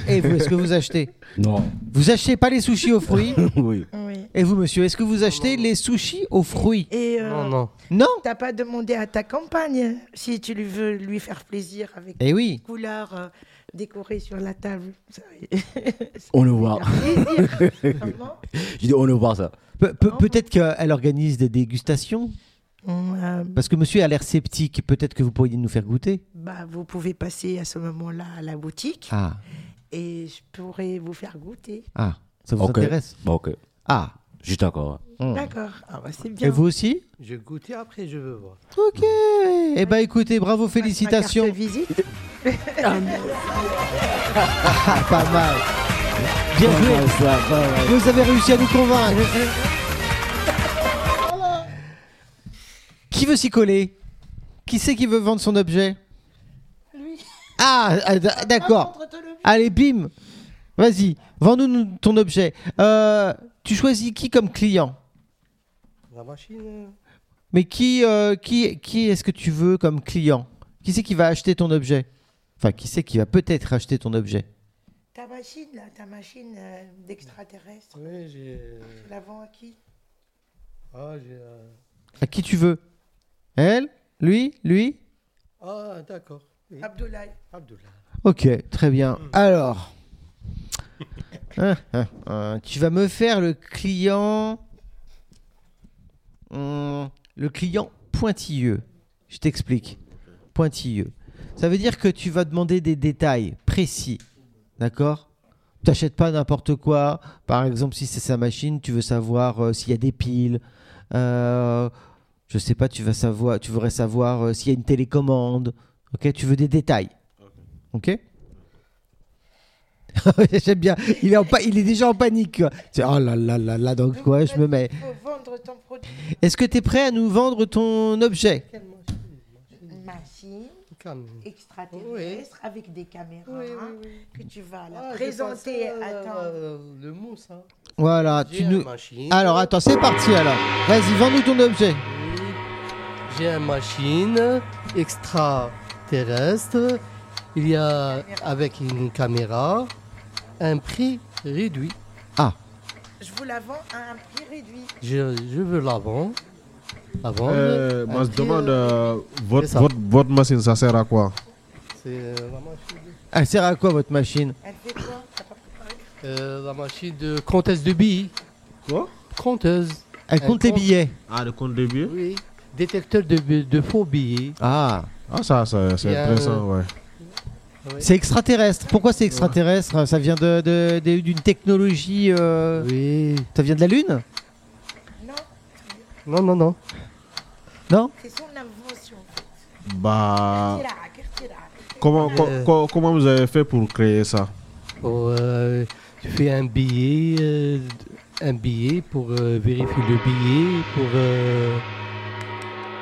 B: Et vous, est-ce que vous achetez
C: Non.
B: Vous achetez pas les sushis aux fruits
C: oui.
A: Oui.
B: Et vous, monsieur, est-ce que vous achetez les sushis aux fruits
A: Et euh,
D: Non, non.
B: Non
A: t'as pas demandé à ta compagne si tu lui veux lui faire plaisir avec
B: Eh oui
A: des couleurs euh, décorées sur la table. Ça-
C: On le voit.
A: Faire plaisir, vraiment.
C: Je dis, on le voit, ça.
B: Pe- pe-
A: Oh.
B: Peut-être qu'elle organise des dégustations
A: Hum, euh,
B: Parce que monsieur a l'air sceptique, peut-être que vous pourriez nous faire goûter
A: bah, vous pouvez passer à ce moment-là à la boutique
B: Ah,
A: et je pourrai vous faire goûter.
B: ah, ça vous
C: Ok.
B: intéresse
C: Bon, ok.
B: Ah,
C: Juste encore.
B: hmm.
A: D'accord, Ah bah, c'est bien.
B: et vous aussi
D: Je goûte et après je veux voir.
B: Ok Eh ben écoutez, bravo,
A: Passe ma
B: félicitations
A: carte visite.
B: Ah, pas mal. Bien joué. Vous avez réussi à nous convaincre. Voilà. Qui veut s'y coller Qui c'est qui veut vendre son objet
A: Lui.
B: Ah, ah, d- d'accord.
A: Montre-te-le.
B: Allez, bim. Vas-y, vends-nous nous- ton objet. Euh, tu choisis qui comme client
D: La machine. euh,
B: Mais qui, euh, qui, qui est-ce que tu veux comme client Qui c'est qui va acheter ton objet Enfin, qui c'est qui va peut-être acheter ton objet
A: Ta machine, là, ta machine euh, d'extraterrestre,
D: Oui, j'ai. euh,
A: tu la vends à qui
D: Ah, j'ai. euh,
B: À qui tu veux Elle Lui Lui
D: Ah, d'accord. Oui.
A: Abdoulaye.
D: Abdullah.
B: Ok, très bien. Alors, Hein, hein, hein, tu vas me faire le client, Hum, le client pointilleux. Je t'explique. Pointilleux. Ça veut dire que tu vas demander des détails précis, d'accord T'achètes pas n'importe quoi. Par exemple, si c'est sa machine, tu veux savoir euh, s'il y a des piles. Euh, je sais pas, tu vas savoir, tu voudrais savoir euh, s'il y a une télécommande. Ok, tu veux des détails. Ok J'aime bien. Il est, en pa- il est déjà en panique. quoi. C'est- Oh là là là là, donc quoi, je me mets.
A: Faut vendre ton produit.
B: Est-ce que tu es prêt à nous vendre ton objet
D: Quelle machine
A: Machine
D: Calme.
A: extraterrestre avec des caméras
D: Oui, oui,
A: hein,
D: oui.
A: que tu vas la
D: Ah, j'ai
A: présenter
D: pensé,
A: à
D: euh,
A: ton-
D: euh, Le mousse, hein.
B: Voilà,
D: J'ai
B: tu
D: un
B: nous.
D: machine.
B: Alors attends, c'est parti alors. Vas-y, vends-nous ton objet.
D: J'ai une machine extraterrestre. Il y a avec une caméra un prix réduit.
B: Ah,
A: Je vous la vends à un prix réduit.
D: Je, je veux la vendre. La vendre.
E: Euh, moi, je
D: Après,
E: demande,
D: euh,
E: euh, votre,
D: c'est ça.
E: votre, votre machine, ça sert à quoi
D: c'est, euh, la machine.
B: elle sert à quoi votre machine
A: Elle fait quoi T'as pas préparé
D: Euh, la machine de comtesse de billes.
E: Quoi
D: Conteuse.
B: Elle compte les
D: compte.
B: billets.
E: Ah, le compte des billets
D: Oui. Détecteur de, bi- de faux billets.
B: Ah,
E: Ah, ça, ça c'est
D: Il y a,
E: intéressant, ouais.
B: c'est extraterrestre. Pourquoi c'est extraterrestre Ça vient de- de- de- d'une technologie. euh,
D: Oui.
B: Ça vient de la Lune
D: Non, non, non.
B: Non
A: C'est son invention.
D: Ah.
E: Bah,
A: Tira, tira.
E: comment, co-
D: Euh.
E: co- comment vous avez fait pour créer ça
D: Oh, euh, tu fais un billet, euh, un billet pour euh, vérifier le billet, pour euh,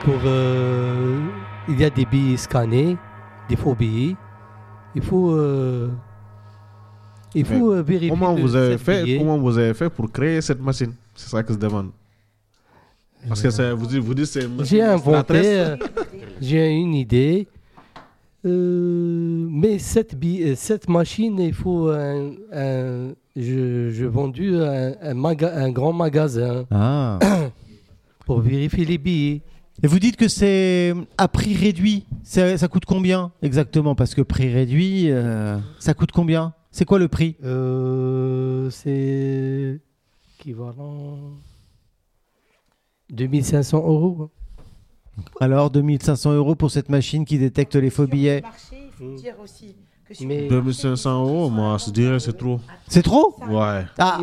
D: pour euh, il y a des billets scannés, des faux billets. Il faut euh, il faut euh, vérifier.
E: Comment
D: le-
E: vous avez
D: chaque
E: fait
D: billet.
E: Comment vous avez fait pour créer cette machine C'est ça que je demande. Parce que ça, vous dites, vous dites c'est une machine
D: J'ai inventé,
E: extraterrestre.
D: euh, j'ai une idée, Euh, mais cette, bi- euh, cette machine, il faut un, un- je, je vendu un, un maga- un grand magasin
B: Ah.
D: pour vérifier les billets.
B: Et vous dites que c'est à prix réduit. Ça, ça coûte combien exactement Parce que prix réduit, euh, ça coûte combien C'est quoi le prix
D: Euh, C'est équivalent 2500 euros.
B: Alors, 2500 euros pour cette machine qui détecte les faux billets.
A: Marché, il faut dire aussi que sur
D: Mais-
A: le marché,
E: 2500 euros, moi, je dirais c'est trop.
B: C'est trop
E: Ouais.
B: Ah,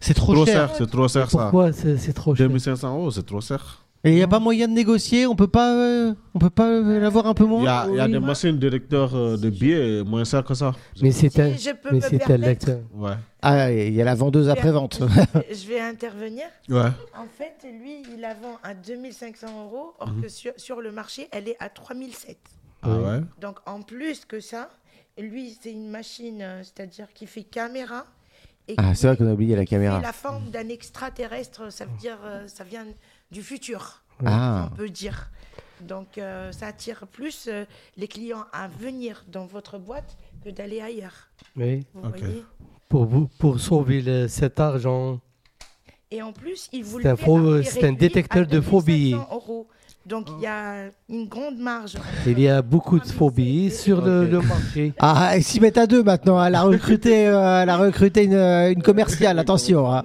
B: c'est trop,
E: Trop
B: cher.
E: cher, c'est trop cher ça.
D: Pourquoi c'est c'est trop cher
E: 2500 euros, c'est trop cher.
B: Et il n'y a pas moyen de négocier On peut pas, euh, on peut pas euh, l'avoir un peu
E: Il y
B: moins
E: a, il y a des machines directeurs euh, de billets moins chères que ça.
D: Mais c'est un,
A: Si je peux
D: mais
A: me
D: c'est un
A: permettre.
D: lecteur.
E: Ouais.
B: Ah, et il y a la vendeuse après-vente.
A: Je vais intervenir.
E: Ouais.
A: En fait, lui, il la vend à 2500 euros,
D: Mhm.
A: or que sur, sur le marché, elle est à 3007.
E: Ah ouais.
A: Donc, en plus que ça, lui, c'est une machine, euh, c'est-à-dire qui fait caméra. Et
B: Ah,
A: qui
B: c'est vrai qu'on a oublié la
A: fait
D: Mmh.
B: caméra.
A: la forme d'un extraterrestre, ça veut dire, euh, ça vient du futur,
B: Ah,
A: on peut dire. Donc, euh, ça attire plus euh, les clients à venir dans votre boîte que d'aller ailleurs.
D: Oui.
A: Vous
E: Ok.
A: voyez
D: Pour, vous- pour sauver le- cet argent.
A: Et en plus, il vous
D: C'est un
A: le fait
D: faux-
A: à prix
D: c'est un
A: réduit
D: détecteur
A: à
D: de faux billets.
A: 2500 euros. Donc, il y a une grande marge.
D: Il y a beaucoup
A: Ah,
D: de faux billets sur le-
E: Ok.
D: le marché.
B: ah ils s'y mettent à deux maintenant. Elle a recruté, euh, elle a recruté une, euh, une commerciale, attention. hein.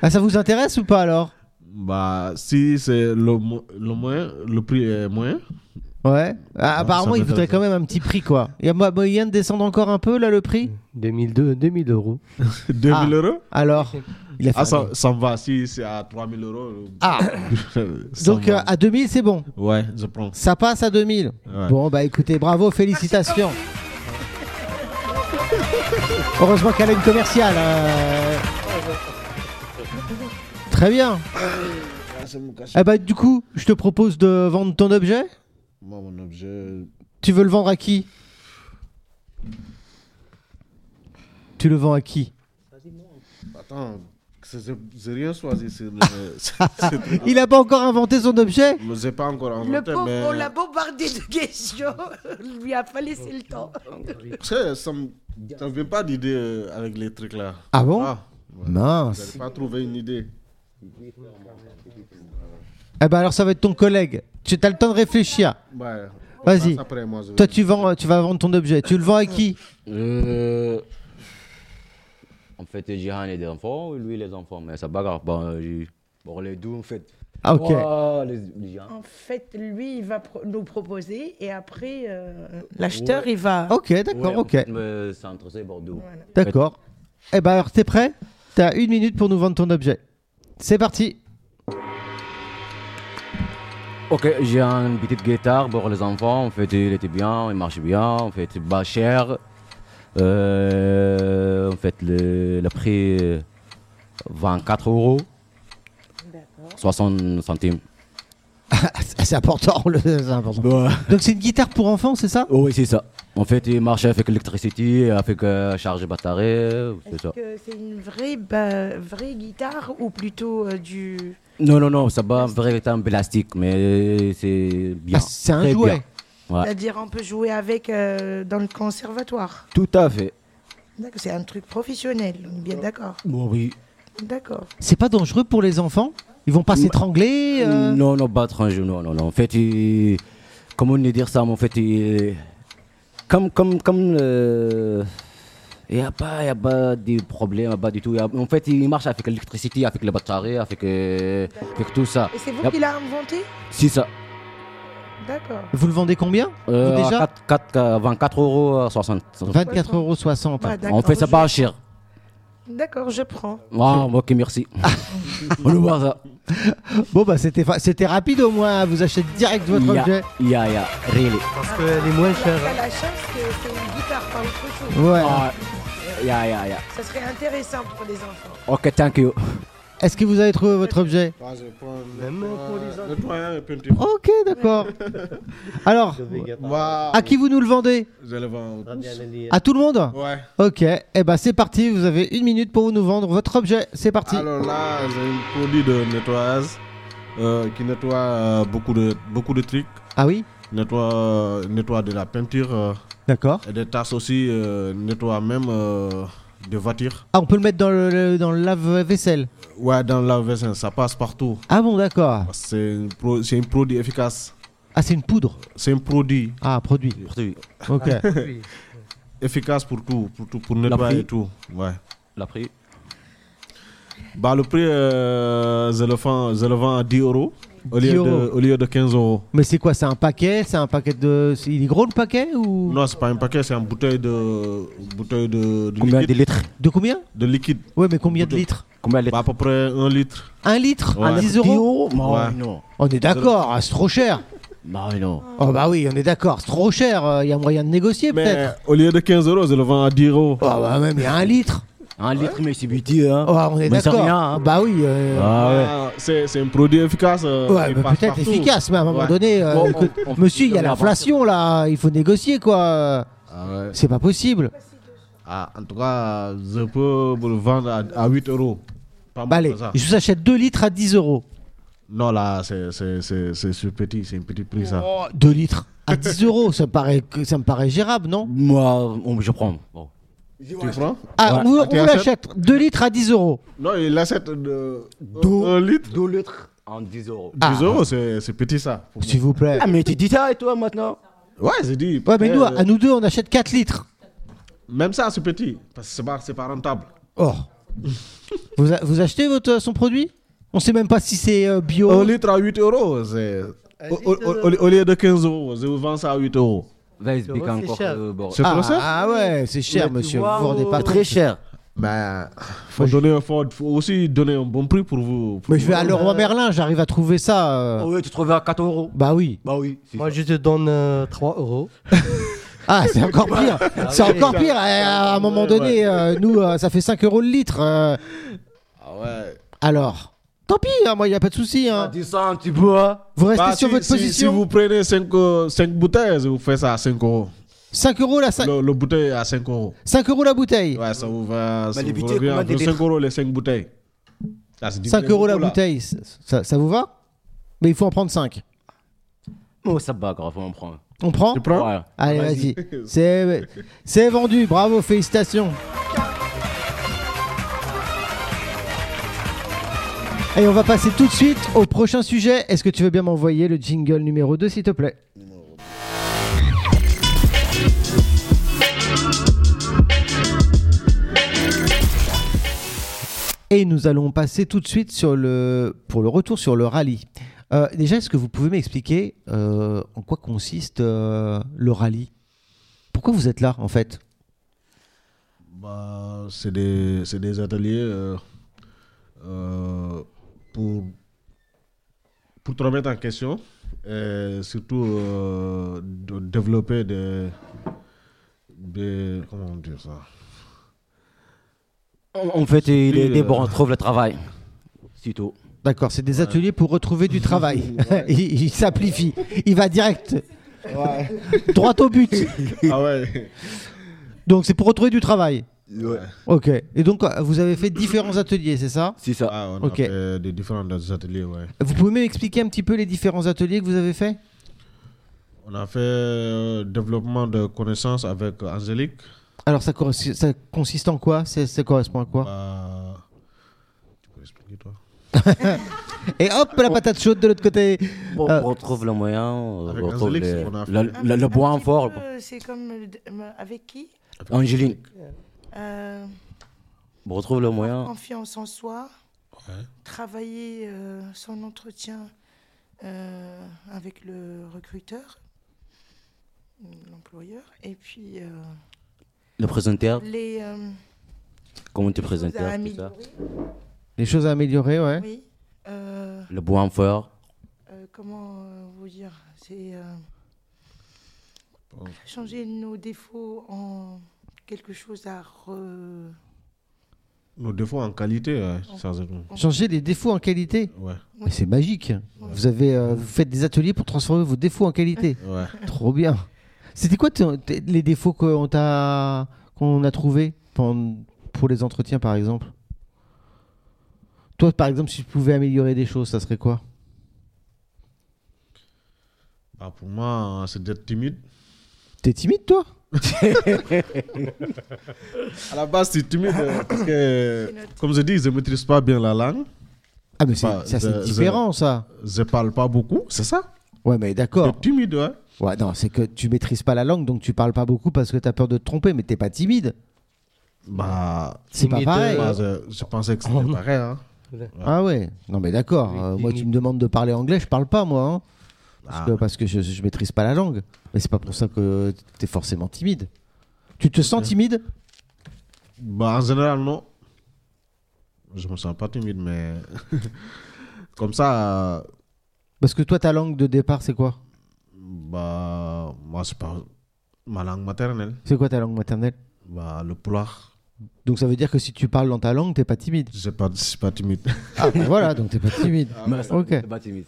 B: Ah, ça vous intéresse ou pas alors
E: Bah, si c'est le, mo- le moyen, le prix est moyen.
B: Ouais. Ah,
E: Non,
B: apparemment,
E: ça
B: il voudrait
E: m'intéresse.
B: quand même un petit prix, quoi. Il y a mo- moyen de descendre encore un peu, là, le prix
D: 2002, 2000 euros.
E: 2000
B: Ah.
E: euros
B: Alors il a fait
E: Ah,
B: un-
E: ça, ça me va. Si c'est à 3000 euros. euh,
B: Ah,
E: ça
B: donc
E: me
B: euh,
E: va.
B: à 2000, c'est bon.
E: Ouais, je prends.
B: Ça passe à 2000.
E: Ouais.
B: Bon, bah écoutez, bravo, félicitations. Heureusement qu'elle a une commerciale. euh. Très bien. Eh bah, du coup, je te propose de vendre ton objet.
E: Moi, mon objet.
B: Tu veux le vendre à qui Tu le vends à qui
E: Attends, c'est- c'est- j'ai rien choisi sur le. ce truc.
B: Il a pas encore inventé son objet
E: Mais J'ai pas encore inventé,
A: Le pauvre,
E: mais.
A: on l'a bombardé de questions. lui a pas laissé le temps.
E: Ça, ça me. Ça me vient pas d'idée euh, avec les trucs là.
B: Ah bon
E: Ah, ouais.
B: Mince.
E: J'avais pas trouvé une idée.
B: Eh ben alors ça va être ton collègue. Tu as le temps de réfléchir.
E: Ouais.
B: Vas-y.
E: Passe Après, moi, je...
B: Toi tu vends, tu vas vendre ton objet. Tu le vends à qui
C: Euh, En fait, Jihan est des enfants, lui les enfants, mais ça bagarre. Bon, euh, j'ai- bon les deux en fait.
B: Ah ok.
C: Ouah, les, les Jihan.
A: En fait, lui, il va pro- nous proposer et après, euh, l'acheteur, il va.
B: Ok, d'accord,
C: Ouais, en fait,
B: ok.
C: mais C'est entre ces Bordeaux.
A: Voilà.
B: D'accord. Eh ben alors t'es prêt T'as une minute pour nous vendre ton objet. C'est parti.
C: Ok, j'ai une petite guitare pour les enfants. En fait, il était bien, il marche bien. En fait, pas cher. Euh, en fait, le, le prix euh, 24 euros,
A: D'accord.
C: 60 centimes.
B: Ah, c'est important, le- c'est important. Donc c'est une guitare pour enfants, c'est ça
C: Oh oui, c'est ça. En fait, il marche avec l'électricité, avec euh, charge batterie, c'est
A: Est-ce
C: ça.
A: que c'est une vraie, ba- vraie guitare ou plutôt euh, du.
C: Non, non, non, ça va en plastique, mais c'est bien.
B: Ah, C'est un
C: Très
B: jouet.
C: bien. Ouais.
A: C'est-à-dire, on peut jouer avec euh, dans le conservatoire.
C: Tout à fait.
A: D'accord, C'est un truc professionnel, on est bien d'accord.
C: Bon, oui.
A: D'accord.
B: C'est pas dangereux pour les enfants Ils vont pas s'étrangler euh
C: Non, non, battre un jeu, non, non, non. En fait, il- comment on dit dire ça, mais en fait, il- comme, comme, comme, euh, Il n'y a pas, y a pas de problème, y a pas du tout. Y a- en fait, il marche avec l'électricité, avec la batterie, avec, euh, avec tout ça.
A: Et c'est vous
C: Yep.
A: qui l'a inventé
C: Si ça.
A: D'accord.
B: Vous le vendez combien
C: Euh,
B: Déjà
C: 4, 4, 24 euros 60.
B: 24,60
A: Bah, d'accord,
C: On fait ça
A: je-
C: pas cher.
A: D'accord, je prends.
C: Ah, ok, merci. On le voit ça.
B: Bon, bah, c'était, fa- c'était rapide au moins. hein, Vous achetez direct votre
C: Ya,
B: objet.
C: ya, ya, really.
D: Parce qu'elle est moins chère.
A: T'as la chance que c'est une guitare, pas autre chose.
B: Ouais.
C: Ah, ya, ya, ya.
A: Ça serait intéressant pour les enfants.
C: Ok, thank you.
B: Est-ce que vous avez trouvé votre objet
E: Ah, je prends
D: Même pour les autres.
E: nettoyant et peinture.
B: Ok, d'accord. Alors,
E: Waouh.
B: à qui vous nous le vendez
E: Je le vends.
B: À tout le monde
E: Ouais.
B: Ok, et eh ben c'est parti, vous avez une minute pour nous vendre votre objet, c'est parti.
E: Alors là, j'ai un produit de nettoyage euh, qui nettoie euh, beaucoup, de, beaucoup de trucs.
B: Ah oui
E: Nettoie, euh, nettoie de la peinture, euh,
B: D'accord.
E: et des tasses aussi, euh, nettoie même euh, des voitures.
B: Ah, on peut le mettre dans le, le- dans le lave-vaisselle
E: Ouais, dans la vaisselle, ça passe partout.
B: Ah bon, d'accord.
E: C'est un, pro- c'est un produit efficace.
B: Ah, c'est une poudre
E: C'est un produit
B: Ah, produit. Ok.
E: efficace pour tout, pour, tout, pour
C: prix.
E: nettoyer et tout. Ouais.
C: La prix
E: Bah, le prix, euh, je, le vends, je le vends à 10 euros au
B: 10
E: lieu,
B: euros.
E: De, au lieu de 15 euros.
B: Mais c'est quoi C'est un paquet C'est un paquet de. c'est- Il est gros le paquet ou
E: Non, c'est pas un paquet, c'est une bouteille de, bouteille de, de
C: Combien de
E: liquide.
C: litres
B: De combien
E: De liquide.
B: Ouais, mais combien de
E: Bouteille.
B: litres
C: Combien de
E: Bah,
C: litres
E: à peu près 1 litre.
B: Un litre
E: Ouais.
B: 10 euros
C: Non,
E: Ouais.
C: non.
B: On est d'accord, ah, c'est trop cher.
C: Non, non.
B: Oh bah oui, on est d'accord, c'est trop cher. euh, Il y a moyen de négocier
E: Mais
B: peut-être.
E: au lieu de 15 euros, je le vends à 10 euros.
B: Oh bah même, il y a un litre.
C: Un litre, mais c'est petit, hein.
B: Oh, on est
C: Mais c'est
B: d'accord.
C: rien, hein.
B: Bah oui. euh,
C: Ah ouais.
E: Ah, c'est, c'est un produit efficace. euh,
B: Ouais,
E: il
B: mais
E: passe
B: peut-être
E: partout.
B: efficace, mais à un moment
E: Ouais.
B: donné, euh,
C: Bon,
B: écoute,
C: on- on-
B: monsieur, il y a
C: on-
B: l'inflation là, il faut négocier quoi.
E: Ah, ouais.
B: C'est pas possible.
E: Ah, en tout cas, je peux vous le vendre à, à 8 euros. Pas
B: Bah
E: mal
B: allez,
E: que ça.
B: je vous achète 2 litres à 10 euros.
E: Non, là, c'est, c'est, c'est, c'est, c'est petit, c'est un petit prix ça.
B: 2 litres à 10 euros, ça me paraît, que- ça me paraît gérable, non
C: Moi, on- je prends. Bon.
E: Tu prends
B: Ah,
C: Ouais.
B: on,
E: Ah, tu
B: on l'achète
E: achètes
B: 2 litres à 10 euros.
E: Non, il achète de,
C: D'eau.
E: 1 litre.
C: 2 litres en 10 euros.
E: 10
B: Ah.
E: euros, c'est, c'est petit ça. pour
B: S'il vous plaît.
C: Ah, mais tu dis ça et toi maintenant
E: moi. Ouais, j'ai dit.
B: Ouais, mais nous,
E: euh,
B: à nous deux, on achète 4 litres.
E: Même ça, c'est petit. Parce que c'est pas, c'est pas rentable.
B: Oh. vous, a- vous achetez votre, son produit On sait même pas si c'est euh, bio.
E: 1 litre à 8 euros, c'est. Au, au- au- au- au lieu de 15 euros, je vous vends ça à 8 euros.
C: Vas-y, explique
D: C'est
C: encore.
D: cher.
C: euh, bon.
E: C'est
B: ah,
E: trop cher
B: ah ouais, c'est cher,
D: Mais tu
B: monsieur.
D: vois,
B: vous vous rendez pas
D: euh,
B: compte.
C: cher.
E: Ben, faut, donner, faut, faut aussi donner un bon prix pour vous. pour
B: Mais je vais à
E: vous.
B: Leroy Merlin, j'arrive à trouver ça.
D: Oh.
B: euh.
C: oui, tu trouves à 4 euros.
B: Bah oui.
C: Bah oui. c'est
D: Moi,
C: ça.
D: je te donne euh, 3 euros.
B: Ah, c'est encore pire. C'est encore pire. Eh, À un moment donné, euh, nous, euh, ça fait 5 euros le litre. euh.
E: Ah ouais.
B: Alors, tant pis, hein, moi, il n'y a pas de souci. hein.
C: Dis ça un petit peu, hein.
B: Vous restez
E: Bah,
B: sur
E: si-
B: votre
E: si-
B: position.
E: Si vous prenez 5, bouteilles, je vous fais ça à 5 euros.
B: 5 euros la, cin-
E: Le, le bouteille à 5 euros.
B: 5 euros la bouteille.
E: Ouais, ça vous va. Ça
C: les
E: vous revient
C: bouteilles, combien
E: entre
C: des litres
E: 5 euros les 5 bouteilles. Ah, c'est
B: 5 euros la
E: beaucoup, là.
B: bouteille, ça, ça- ça vous va Mais il faut en prendre 5.
C: Oh, ça va, grave, on prend.
B: On prend
E: Tu prends
C: Ouais.
B: Allez, vas-y.
E: Vas-y.
B: C'est c'est vendu, bravo, félicitations. Et on va passer tout de suite au prochain sujet. Est-ce que tu veux bien m'envoyer le jingle numéro 2, s'il te plaît Et nous allons passer tout de suite sur le, pour le retour sur le rallye. Euh, déjà, est-ce que vous pouvez m'expliquer euh, en quoi consiste euh, le rallye Pourquoi vous êtes là, en fait
E: Bah, c'est des, c'est des ateliers euh, euh, pour, pour te remettre en question et surtout euh, de développer des, des. Comment dire ça
C: En en fait, il est
E: Oui,
C: des bons,
E: euh.
C: on trouve le travail. C'est tout.
B: D'accord, c'est des ateliers pour retrouver du travail. il il s'amplifie, il va direct. Droit au but.
E: Ah ouais
B: Donc c'est pour retrouver du travail.
C: Ouais.
B: Ok. Et donc euh, vous avez fait différents ateliers, c'est ça
C: C'est ça.
E: Ah, on
B: Ok.
E: a fait des différents ateliers, ouais.
B: Vous pouvez m'expliquer un petit peu les différents ateliers que vous avez faits
E: On a fait euh, développement de connaissances avec Angélique.
B: Alors ça, corres- ça consiste en quoi C'est- Ça correspond à quoi
E: Euh, tu peux expliquer, toi
B: Et hop, la patate chaude de l'autre côté.
C: Bon,
B: Euh.
C: on retrouve le moyen, on
E: Avec
C: retrouve
E: Angélique,
C: les-
E: on a fait- Ah,
C: la- la- le
A: Un
C: point
A: petit
C: fort.
A: peu, C'est comme euh, d- euh, avec qui
C: Angéline.
A: Euh,
C: Bon, retrouve le moyen.
A: confiance en soi, travailler euh, son entretien euh, avec le recruteur, l'employeur, et puis euh,
C: Le présenter.
A: les euh,
C: Comment tu
A: choses
C: présentes
A: à
C: tout ça.
A: améliorer.
B: Les choses à améliorer, ouais.
A: Oui. Euh,
C: Le point fort.
A: euh, comment euh, vous dire C'est euh, changer nos défauts en quelque chose à re-
E: Nos défauts en qualité, ouais, sans être-
B: Changer les défauts en qualité.
E: Ouais,
B: Mais c'est magique. Vous, avez, euh, vous faites des ateliers pour transformer vos défauts en qualité.
E: ouais.
B: Trop bien. C'était quoi ton- t- les défauts qu'on t'a qu'on a trouvé pen- pour les entretiens par exemple Toi par exemple si tu pouvais améliorer des choses, ça serait quoi
E: Bah, pour
B: hein,
E: moi, c'est d'être timide.
B: T'es timide toi
E: À la base, c'est timide euh, parce que,
A: C'est notre-
E: comme je dis, je ne maîtrise pas bien la langue.
B: Ah mais c'est
E: Bah,
B: ça, c'est
E: the-
B: différent ça.
E: Je ne parle pas beaucoup, c'est ça
B: Ouais mais d'accord.
E: D'être timide, ouais.
B: Ouais non, c'est que tu maîtrises pas la langue donc tu parles pas beaucoup parce que t'as peur de te tromper mais t'es pas timide.
E: Bah,
B: C'est pas
D: Timide,
B: pareil.
E: bah, je, je pensais que
B: oh.
E: c'était pareil. Hein.
B: Ah ouais. Non mais d'accord. Euh, moi tu me demandes de parler anglais, je parle pas moi. hein. Parce
E: Ah,
B: que, parce que je, je maîtrise pas la langue. Mais c'est pas pour ça que t'es forcément timide. Tu te sens timide
E: Bah, en général, non. Je me sens pas timide, mais comme ça, euh,
B: Parce que toi, ta langue de départ, c'est quoi
E: bah, moi, c'est pas ma langue maternelle.
B: C'est quoi ta langue maternelle
E: Bah, le pulaar,
B: Donc ça veut dire que si tu parles dans ta langue, t'es pas timide.
E: je ne suis pas timide.
B: Ah bah voilà, donc t'es pas timide.
E: Ah,
C: Ah.
B: Ok,
C: Pas timide.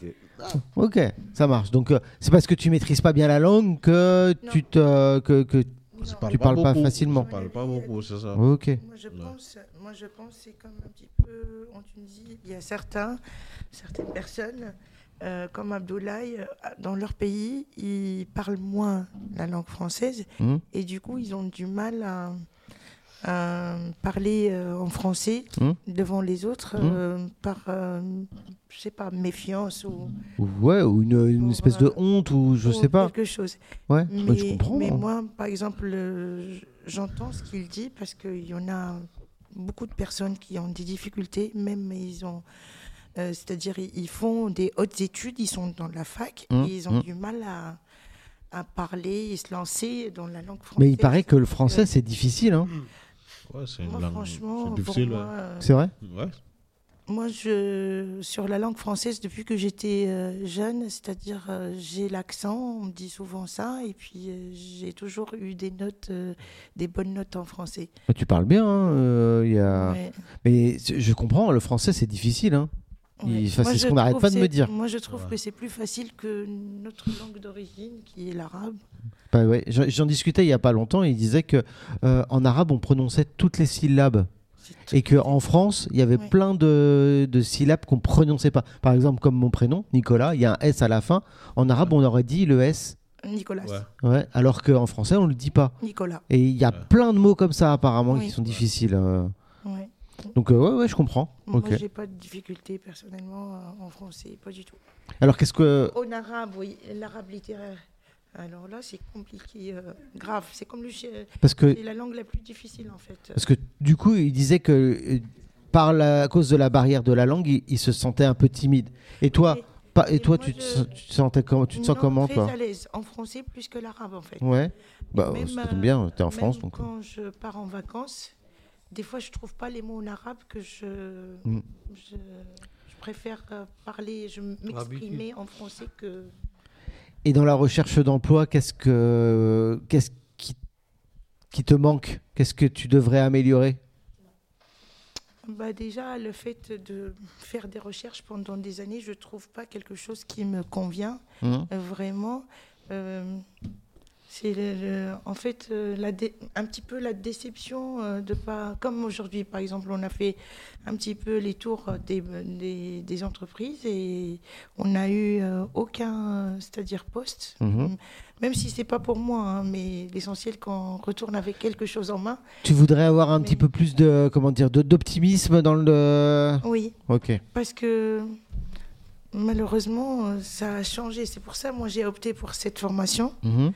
B: ok, ça marche. Donc euh, c'est parce que tu maîtrises pas bien la langue que
A: Non.
B: tu te... Que, que...
E: Je parle
B: Tu parles pas
E: beaucoup.
B: facilement. Oh.
E: Je parle pas beaucoup, c'est ça.
B: Ok.
A: Moi je
E: Ouais.
A: pense, moi je pense c'est comme un petit peu en Tunisie, il y a certains, certaines personnes euh, comme Abdoulaye, euh, dans leur pays, ils parlent moins la langue française
B: Mhm.
A: et du coup ils ont du mal à, à parler euh, en français
B: Mhm.
A: devant les autres
B: Mhm.
A: euh, par, euh, je sais pas, méfiance ou,
B: Ouais, ou une, une
A: Pour,
B: espèce de
A: euh,
B: honte, ou je
A: ou
B: sais pas.
A: quelque chose.
B: Ouais,
A: Mais,
B: bah, je comprends.
A: mais
B: hein.
A: moi, par exemple, euh, j- j'entends ce qu'il dit parce qu'il y en a beaucoup de personnes qui ont des difficultés, même ils ont. euh, C'est-à-dire, ils ils font des hautes études, ils sont dans la fac,
B: Mm,
A: et ils ont
B: mm.
A: du mal à, à parler et se lancer dans la langue française.
B: Mais il paraît que le français, c'est difficile, hein.
E: Ouais, c'est une
A: Moi,
E: langue.
A: Oh, franchement,
E: C'est
A: pour
E: difficile,
A: moi,
E: ouais.
A: euh,
B: C'est vrai
E: Ouais.
A: Moi, je, sur la langue française, depuis que j'étais euh, jeune, c'est-à-dire euh, j'ai l'accent, on me dit souvent ça, et puis euh, j'ai toujours eu des notes, euh, des bonnes notes en français.
B: Bah, Tu parles bien, hein, euh, il y a...
A: Ouais,
B: Mais c'est- je comprends, le français, c'est difficile, hein. Il-
A: ouais.
B: enfin,
A: Moi,
B: c'est ce
A: je
B: qu'on n'arrête
A: trouve
B: pas de
A: c'est-
B: me dire.
A: Moi, je trouve
E: Ouais.
A: que c'est plus facile que notre langue d'origine, qui est l'arabe.
B: Bah ouais, j'en- J'en discutais il y a pas longtemps. Il disait que euh, en arabe on prononçait toutes les syllabes
A: C'est
B: et que en France il y avait
A: Ouais.
B: plein de, de syllabes qu'on prononçait pas. Par exemple, comme mon prénom Nicolas, il y a un S à la fin. En arabe on aurait dit le S,
A: Nicolas.
E: Ouais.
B: ouais, alors qu'en français on le dit pas.
A: Nicolas.
B: Et il y a plein de mots comme ça apparemment
A: Oui.
B: qui sont difficiles. euh.
A: Ouais.
B: Donc euh, ouais, ouais, je comprends.
A: Moi,
B: Ok.
A: j'ai pas de difficulté personnellement euh, en français, pas du tout.
B: Alors qu'est-ce que
A: En arabe, oui, l'arabe littéraire. Alors là, c'est compliqué, euh, grave. C'est comme le chi-
B: parce que
A: C'est la langue la plus difficile en fait.
B: parce que du coup il disait que euh, par la à cause de la barrière de la langue il, il se sentait un peu timide. Et toi?
A: Mais
B: Pas- et
A: Et
B: toi,
A: moi,
B: tu, te
A: je-
B: sens- tu te sentais comment Tu te sens
A: non,
B: comment,
A: Très
B: toi
A: à l'aise en français plus que l'arabe en fait.
B: Ouais. Bah,
A: Même,
B: ça tombe
A: euh,
B: bien. T'es en
A: Même
B: France, donc.
A: Quand je pars en vacances, des fois je trouve pas les mots en arabe que je
B: Mm.
A: je, je préfère euh, parler, je m'exprimer en français que
B: Et dans la recherche d'emploi, qu'est-ce que qu'est-ce qui qui te manque Qu'est-ce que tu devrais améliorer
A: bah déjà le fait de faire des recherches pendant des années, je trouve pas quelque chose qui me convient.
B: Hein
A: Euh, vraiment. euh, c'est le- le- en fait euh, la dé- un petit peu la déception euh, de pas comme aujourd'hui par exemple on a fait un petit peu les tours euh, des, des, des entreprises et on n'a eu euh, aucun euh, c'est-à-dire poste Euh,
B: Mhm.
A: même si c'est pas pour moi hein, mais l'essentiel qu'on retourne avec quelque chose en main
B: Tu voudrais avoir un petit
A: Mais-
B: peu plus de comment dire de- d'optimisme dans le.
A: oui
B: Ok.
A: Parce que malheureusement, euh, ça a changé. C'est pour ça, moi, j'ai opté pour cette formation.
B: Mhm.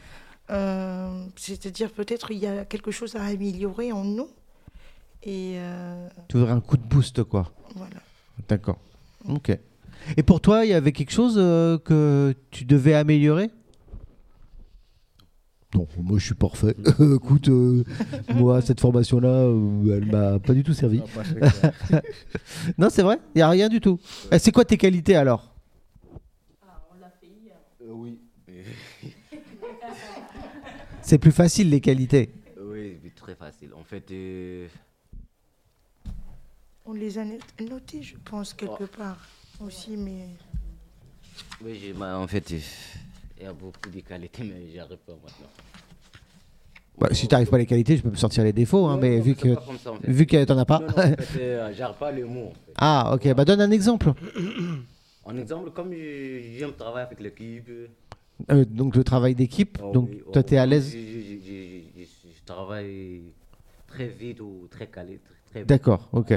A: Euh, C'est-à-dire, peut-être, il y a quelque chose à améliorer en nous. Et euh,
B: Tu voudrais un coup de boost, quoi.
A: voilà.
B: D'accord. Ok. Et pour toi, il y avait quelque chose euh, que tu devais améliorer Non, moi je suis parfait. Écoute, euh, moi cette formation-là, euh, elle m'a pas du tout servi. non, c'est vrai, il n'y a rien du tout. Eh, C'est quoi tes qualités alors
C: Euh, oui.
B: C'est plus facile les qualités.
C: Oui, c'est très facile. En fait, euh,
A: On les a not- notés, je pense, quelque part aussi, mais
C: oui, j'ai ma- en fait, euh, il y a beaucoup de qualités, mais j'arrive pas maintenant.
B: Bah, si tu n'arrives pas à les qualités, je peux me sortir les défauts, hein,
C: Non,
B: mais
C: non,
B: vu
C: c'est
B: que
C: pas comme ça, en fait.
B: vu que t'en as pas.
C: Non, non, en fait, euh, j'arrive pas les mots. En, fait.
B: ah, ok. Bah donne un exemple.
C: En exemple, comme je- j'aime travailler avec l'équipe. euh,
B: Euh, donc le travail d'équipe.
C: oh
B: donc
C: oui, oh
B: toi, tu es à
C: oui,
B: l'aise.
C: Je, je- je- je- je- je travaille très vite ou très calé. Très, très vite.
B: D'accord, ok.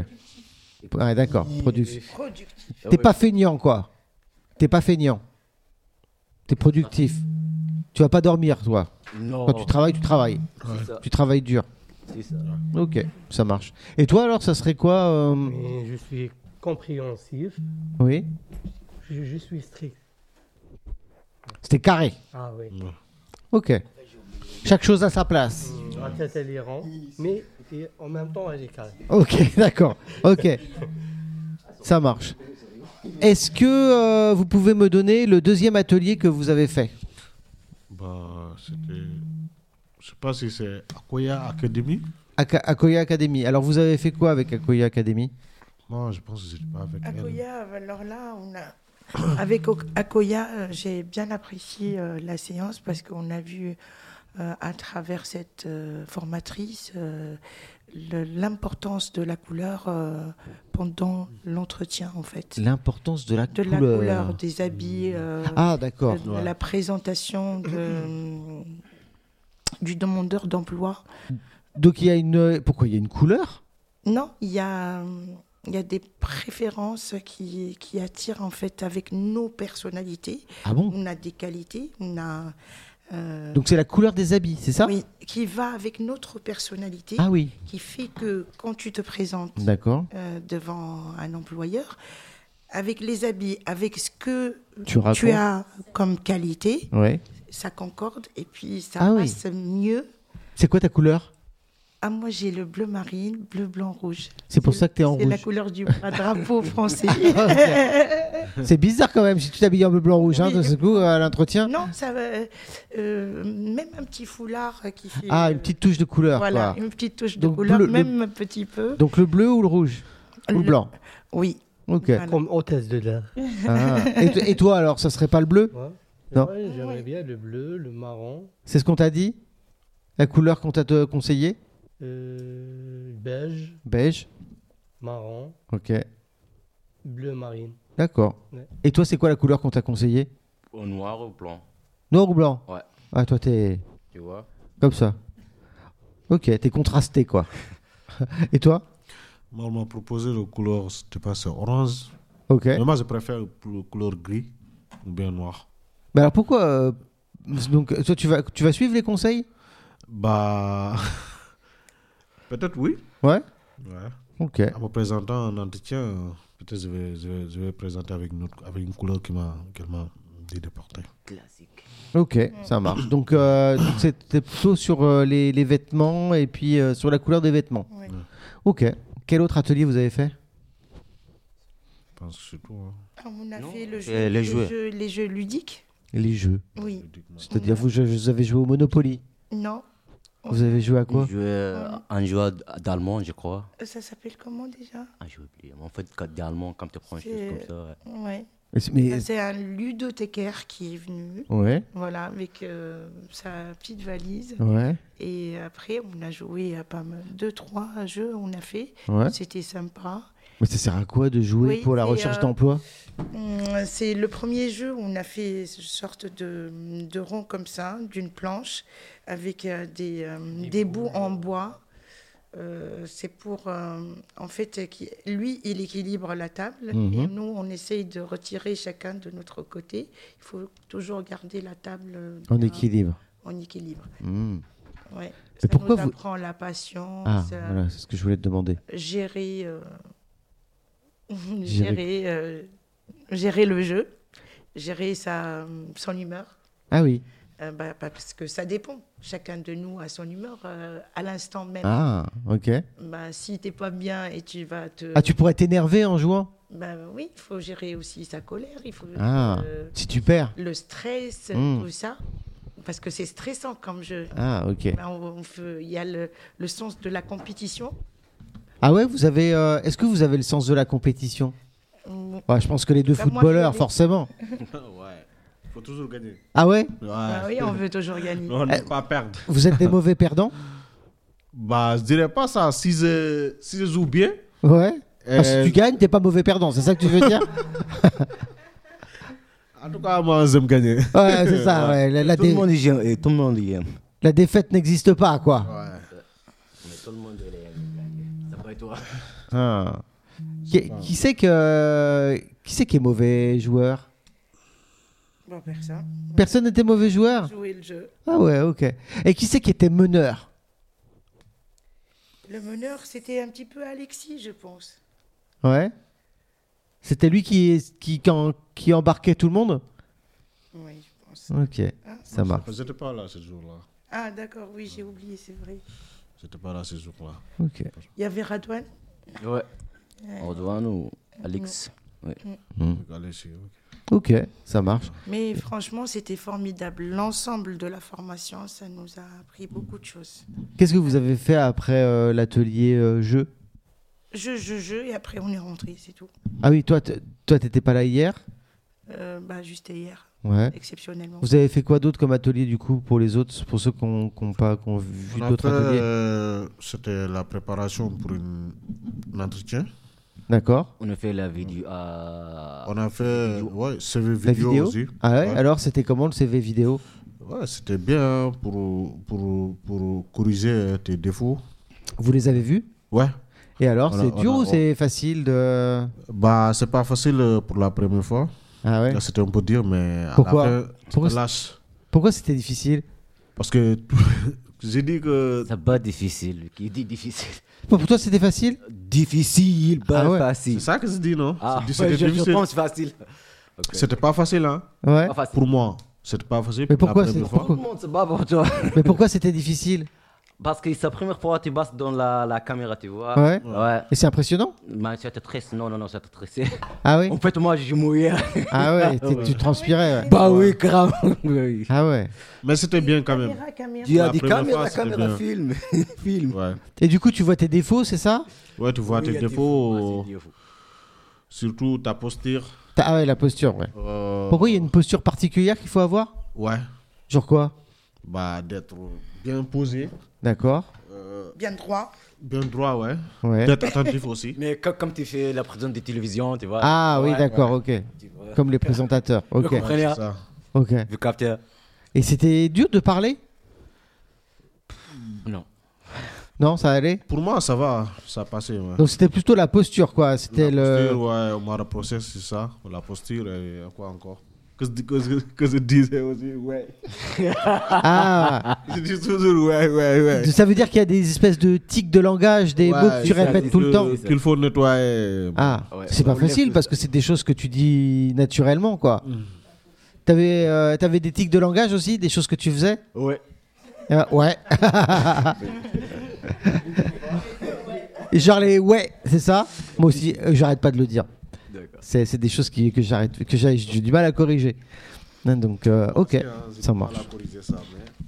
B: Ouais, d'accord, productif.
A: productif.
C: Ah
B: T'es
C: ouais,
B: pas feignant, quoi. T'es pas feignant. T'es productif. Tu vas pas dormir, toi.
C: Non,
B: Quand tu travailles, tu travailles.
C: Oh. c'est ça,
B: Tu travailles dur.
C: c'est ça.
B: Ok, ça marche. Et toi, alors, ça serait quoi euh,
D: Mais je suis compréhensif,
B: Oui
D: je, je suis strict.
B: C'était carré.
D: Ah oui.
B: Ok. Chaque chose à sa place.
D: La tête elle est ronde, mais et en même temps elle est calme.
B: Ok, d'accord. Ok. Ça marche. Est-ce que euh, vous pouvez me donner le deuxième atelier que vous avez fait
E: Bah, c'était. Je sais pas si c'est Akoya Academy.
B: Aka- Akoya Academy. Alors, vous avez fait quoi avec Akoya Academy
E: Non, je pense que c'était pas avec elle.
A: Akoya, alors là, on a. Avec O- Akoya, euh, j'ai bien apprécié euh, la séance parce qu'on a vu euh, à travers cette euh, formatrice euh, le- l'importance de la couleur euh, pendant l'entretien, en fait.
B: L'importance de la
A: De la
B: couleur.
A: couleur, des habits, euh,
B: Ah, d'accord.
A: de- de la présentation de- du demandeur d'emploi.
B: Donc il y a une. Pourquoi il y a une couleur
A: Non, il y a, euh, il y a des préférences qui, qui attirent en fait avec nos personnalités.
B: Ah bon
A: On a des qualités, on a. euh,
B: Donc c'est la couleur des habits, c'est ça
A: oui, qui va avec notre personnalité,
B: Ah oui.
A: qui fait que quand tu te présentes
B: D'accord.
A: euh, devant un employeur, avec les habits, avec ce que
B: Tu racontes.
A: tu as comme qualité,
B: Ouais.
A: ça concorde et puis ça
B: Ah oui.
A: passe mieux.
B: C'est quoi ta couleur
A: Ah, moi j'ai le bleu marine, bleu, blanc, rouge.
B: C'est pour ça que t'es en
A: C'est la
B: rouge.
A: couleur du drapeau français.
B: C'est bizarre quand même si tu t'habilles en bleu blanc rouge hein,
A: Oui.
B: de ce coup à l'entretien.
A: non, ça va. euh, euh, même un petit foulard qui fait.
B: Ah
A: euh,
B: une petite touche de couleur.
A: Voilà,
B: quoi.
A: une petite touche de
B: Donc,
A: couleur,
B: bleu- le-
A: même un petit peu.
B: Donc le bleu ou le rouge Ou le
A: Le-
B: blanc Ah.
A: Oui.
B: Ok.
A: Voilà.
D: Comme hôtesse de l'air. hein.
B: Ah. Et, t- et toi alors, ça serait pas le bleu
D: Moi,
B: Non.
D: moi, j'aimerais bien le bleu, le marron,
B: C'est ce qu'on t'a dit La couleur qu'on t'a te- conseillé
D: euh, beige,
B: Beige.
D: marron,
B: Ok.
D: bleu marine.
B: D'accord.
D: Ouais.
B: Et toi, c'est quoi la couleur qu'on t'a conseillé
C: Au noir, au blanc,
B: Noir ou blanc
C: Ouais.
B: Ah toi t'es.
C: tu vois.
B: Comme ça. Ok, t'es contrasté quoi. Et toi
E: Moi, on m'a proposé le couleur, c'était pas c'est orange.
B: Ok.
E: Mais moi, je préfère le couleur gris ou bien noir.
B: Mais alors pourquoi euh, donc toi tu vas tu vas suivre les conseils
E: Bah. Peut-être oui.
B: Ouais.
E: Ouais.
B: Ok.
E: En me présentant en entretien, euh, peut-être je vais, je vais, je vais présenter avec une, autre- avec une couleur qui m'a qu'elle m'a dit de porter.
C: Classique.
B: Ok, ça
A: Mm.
B: marche. Donc euh, donc c'était plutôt sur euh, les, les vêtements et puis euh, sur la couleur des vêtements. Mm.
A: Ouais.
B: Ok. Quel autre atelier vous avez fait
E: Je pense que c'est tout. hein.
A: Ah, On a
C: Non,
A: fait le
C: c'est
A: jeu,
C: les
A: les,
C: jouets.
A: jeux, les jeux ludiques.
B: Les jeux.
A: Oui. Mm.
B: C'est-à-dire vous, je- vous avez joué au Monopoly.
A: Non.
B: Vous avez joué à quoi
C: Je jouais un joueur d- d'allemand, je crois.
A: Ça s'appelle comment déjà
C: Ah, j'ai oublié. Mais En fait, quand t'es allemand, quand tu prends une chose
A: C'est-
C: comme ça, ouais.
A: Ouais. Ah,
B: Mais c'est- Mais
A: C'est un ludothécaire qui est venu.
B: ouais,
A: Voilà, avec euh, sa petite valise.
B: ouais,
A: Et après, on a joué à pas mal. Deux, trois jeux, on a fait.
B: ouais.
A: C'était sympa.
B: Mais ça sert à quoi de jouer
A: Oui,
B: pour la
A: c'est,
B: recherche
A: euh,
B: d'emploi
A: Hum, C'est le premier jeu où on a fait une sorte de, de rond comme ça, d'une planche, avec euh, des, euh, des bouts en bois. Euh, c'est pour, euh, en fait, euh, qui- lui, il équilibre la table
B: Mhm.
A: et nous, on essaye de retirer chacun de notre côté. Il faut toujours garder la table euh,
B: En
A: bien-
B: équilibre.
A: En équilibre.
B: Hmm.
A: Ouais.
B: Mais
A: ça
B: pourquoi
A: nous
B: vous-
A: apprend la patience,
B: Ah,
A: euh,
B: voilà, c'est ce que je voulais te demander.
A: gérer, euh,
B: Gérer.
A: gérer, euh, gérer le jeu, gérer sa, son humeur.
B: Ah oui.
A: Euh, bah, bah, parce que ça dépend. Chacun de nous a son humeur euh, à l'instant même.
B: Ah, ok.
A: Bah, si t'es pas bien et tu vas te.
B: Ah, tu pourrais t'énerver en jouant
A: Bah, oui, il faut gérer aussi sa colère. Il faut
B: Ah.
A: euh,
B: Si tu perds.
A: le stress,
B: Mm.
A: tout ça. Parce que c'est stressant comme jeu.
B: Ah, ok.
A: Bah, on- on fait- Il y a le, le sens de la compétition.
B: Ah ouais, vous avez. euh, Est-ce que vous avez le sens de la compétition
A: Bah,
B: Ouais, Je pense que les deux
A: Bah, moi, je
B: footballeurs,
A: l'ai.
B: forcément.
E: ouais. Faut toujours gagner.
B: Ah ouais
E: Ouais.
A: Bah oui, on veut toujours gagner.
E: On ne peut pas perdre.
B: Vous êtes des mauvais perdants
E: Bah, je dirais pas ça. Si je, si je joue bien,
B: Ouais. Ah, si
E: Euh,
B: tu gagnes, t'es pas mauvais perdant, c'est ça que tu veux dire
E: euh, en tout cas, moi, j'aime gagner.
B: Ouais, c'est ça. ouais, La, la
F: Tout le
B: dé-
F: monde y gagne. et Tout le monde y gagne.
B: la défaite n'existe pas, quoi.
C: Mais tout le monde il est gagné. D'après toi.
B: Ah. Qui, qui c'est que qui c'est qui est mauvais joueur
A: Bon, personne.
B: Personne n'était mauvais joueur.
A: Jouer le jeu.
B: Ah ouais, ok. Et qui c'est qui était meneur
A: Le meneur, c'était un petit peu Alexis, je pense.
B: Ouais. C'était lui qui qui quand- qui embarquait tout le monde.
A: Oui, je pense.
B: Ok, ça marche.
E: J'étais pas là ce jour-là.
A: Ah, d'accord, oui, j'ai oublié, c'est vrai.
E: J'étais pas là ce jour-là.
B: Ok.
A: Il y avait Radouane.
C: Ouais. Antoine ou Alex
E: Donc, allez, c'est- ok.
B: Ok, ça marche.
A: Mais franchement, c'était formidable. L'ensemble de la formation, ça nous a appris beaucoup de choses.
B: Qu'est-ce que vous avez fait après euh, l'atelier euh, jeu
A: Je, je, je, et après, on est rentré, c'est tout.
B: Ah oui, toi t- toi t'étais pas là hier.
A: Euh, bah, juste hier,
B: Ouais.
A: exceptionnellement.
B: Vous avez fait quoi d'autre comme atelier du coup pour les autres, pour ceux qui ont, qui ont pas qui ont vu
E: On a
B: d'autres
E: fait,
B: ateliers
E: euh, C'était la préparation pour une- un entretien.
B: D'accord.
C: On a fait la vidéo à.
E: On a fait euh, ouais, CV
B: Ah. La
E: vidéo,
B: vidéo.
E: aussi.
B: Ah ouais.
E: Ouais.
B: Alors c'était comment le CV vidéo
E: Ouais, C'était bien hein, pour, pour, pour corriger euh, tes défauts.
B: Vous les avez vus
E: Ouais.
B: Et alors,
E: On a-
B: c'est
E: on
B: dur
E: a-
B: ou
E: on-
B: c'est facile de.
E: Bah, c'est pas facile euh, pour la première fois.
B: Ah ouais
E: Là, C'était un peu dur, mais
B: Pourquoi
E: à la fin,
B: Pourquoi
E: tu te lâches.
B: Pourquoi c'était difficile
E: Parce que j'ai dit que
C: C'est pas difficile. Qui dit difficile
B: Pour pour toi, c'était facile
C: Difficile, pas
B: Ah ouais.
E: c'est
C: facile.
E: ça que je dis, non
C: Ah,
E: C'est-
C: ouais,
E: C'était
C: je, je
E: difficile.
C: pense facile. Ok.
E: C'était pas facile, hein
B: Ouais.
C: Pas facile.
E: Pour moi, c'était pas facile.
B: Mais
E: pour
B: pourquoi
E: la
B: c'est-
E: première
C: Pour
E: fois.
C: tout le monde, c'est pas pour toi.
B: Mais pourquoi c'était difficile
C: Parce que c'est la première fois que tu passes dans la, la caméra, tu vois.
B: Ouais.
C: Ouais.
B: Et c'est impressionnant
C: Mais ça te tresse. Non, non, non, ça te tresse.
B: Ah oui
C: En fait, moi, je mouillais.
B: Ah ouais, t'es- tu transpirais, ouais.
C: Bah oui, grave. Oui.
B: Ah ouais.
E: Mais c'était bien quand même.
A: Caméra, caméra.
C: Tu as
E: La
C: dit
E: première
C: caméra,
E: fois, c'était
C: caméra,
E: bien.
C: film. film.
E: Ouais.
B: Et du coup, tu vois tes défauts, c'est ça
E: ouais, tu vois
C: Oui, il y
E: tes
C: a des
E: défauts,
C: fous, ouais, c'est des fous.
E: surtout ta posture.
B: T'as- Ah ouais, la posture, ouais.
E: euh,
B: Pourquoi il y a une posture particulière qu'il faut avoir
E: Ouais,
B: Genre quoi
E: bah, d'être bien posé,
B: D'accord.
A: Bien droit.
E: bien droit, ouais.
B: Ouais.
E: D'être attentif aussi.
C: Mais co- comme tu fais la présence de télévision, tu vois.
B: Ah oui,
C: Ouais,
B: d'accord,
C: tu
B: ok.
C: vois.
B: Comme les présentateurs. Ok,
C: Le compre-
E: Ouais, c'est
C: Prenez-
E: ça.
B: ok.
C: Vous captez hein.
B: Et c'était dur de parler
C: Non.
B: Non, ça allait
E: Pour moi, ça va, ça passait. Ouais.
B: Donc c'était plutôt la posture, quoi.
E: La
B: C'était
E: posture,
B: le.
E: ouais, on m'a reproché, c'est ça. La posture et quoi encore que je, dis- que, je, que je disais aussi, ouais.
B: Ah
E: Je dis toujours, ouais, ouais, ouais.
B: Ça veut dire qu'il y a des espèces de tics de langage, des
E: Ouais,
B: mots que tu
E: c'est ça,
B: répètes tout le
E: que-
B: temps.
E: Qu'il faut nettoyer.
B: Ah,
C: Ouais,
B: c'est pas
C: on lève
B: facile
C: le-
B: parce que c'est des choses que tu dis naturellement, quoi.
E: Mm.
B: T'avais euh, t'avais des tics de langage aussi, des choses que tu faisais
C: Ouais.
B: Euh, Ouais. Et Genre les ouais, c'est ça Moi aussi, euh, j'arrête pas de le dire.
C: D'accord.
B: C'est c'est des choses qui, que j'arrête, que j'ai j'ai du mal à corriger. Hein, Donc, euh, ok, ça marche.
E: Voilà, corriger ça,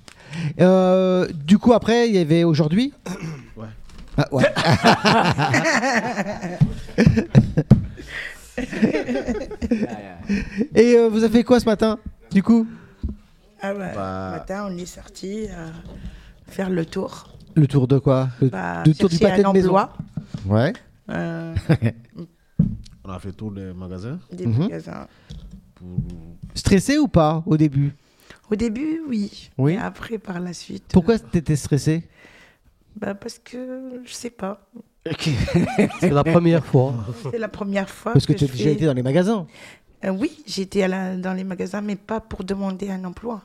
E: mais-
B: Euh, du coup, après, il y avait aujourd'hui.
E: Ouais.
B: Ah, ouais. Et euh, vous avez fait quoi ce matin Du coup,
A: Ah bah,
E: Bah.
A: le matin, on est sorti euh, faire le tour.
B: le tour de quoi Le
A: Bah,
B: le tour du
A: chercher
B: pâté
A: un
B: de maison.
A: emploi.
B: Ouais.
A: Euh,
E: On a fait le tour des magasins.
A: des
B: Mhm.
A: magasins.
B: Stressé ou pas au début
A: Au début, oui.
B: Oui.
A: Et après, par la suite.
B: Pourquoi t'étais stressé
A: Bah, parce que je sais pas.
D: C'est la première fois.
E: Hum.
A: C'est la première fois.
B: Parce que, tu as
A: je
B: déjà
A: fais-
B: été dans les magasins.
A: Euh, oui, j'étais à la- dans les magasins, mais pas pour demander un emploi.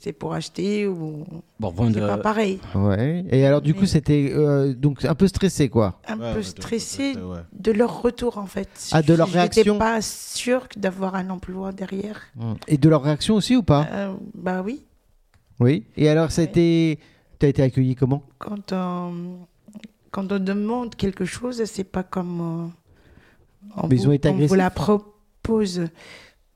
A: c'est pour acheter ou
C: Bon,
A: c'est pas
C: vendre.
A: pareil.
B: Ouais. Et alors, du
A: Mais-
B: coup, c'était euh, donc un peu stressé, quoi.
A: Un
E: Ouais,
A: peu
E: ouais,
A: stressé
E: ouais, ouais.
A: de leur retour en fait.
B: Ah, de leur réaction.
A: J'étais pas sûre que d'avoir un emploi derrière.
B: Et de leur réaction aussi ou pas
A: Euh, bah oui,
B: Oui. Et alors, ça a
A: Ouais.
B: été. T'as été accueilli comment
A: quand on, quand on demande quelque chose, c'est pas comme euh, on,
B: Mais ils
A: vous,
B: ont été
A: on vous
B: agressifs
A: la propose.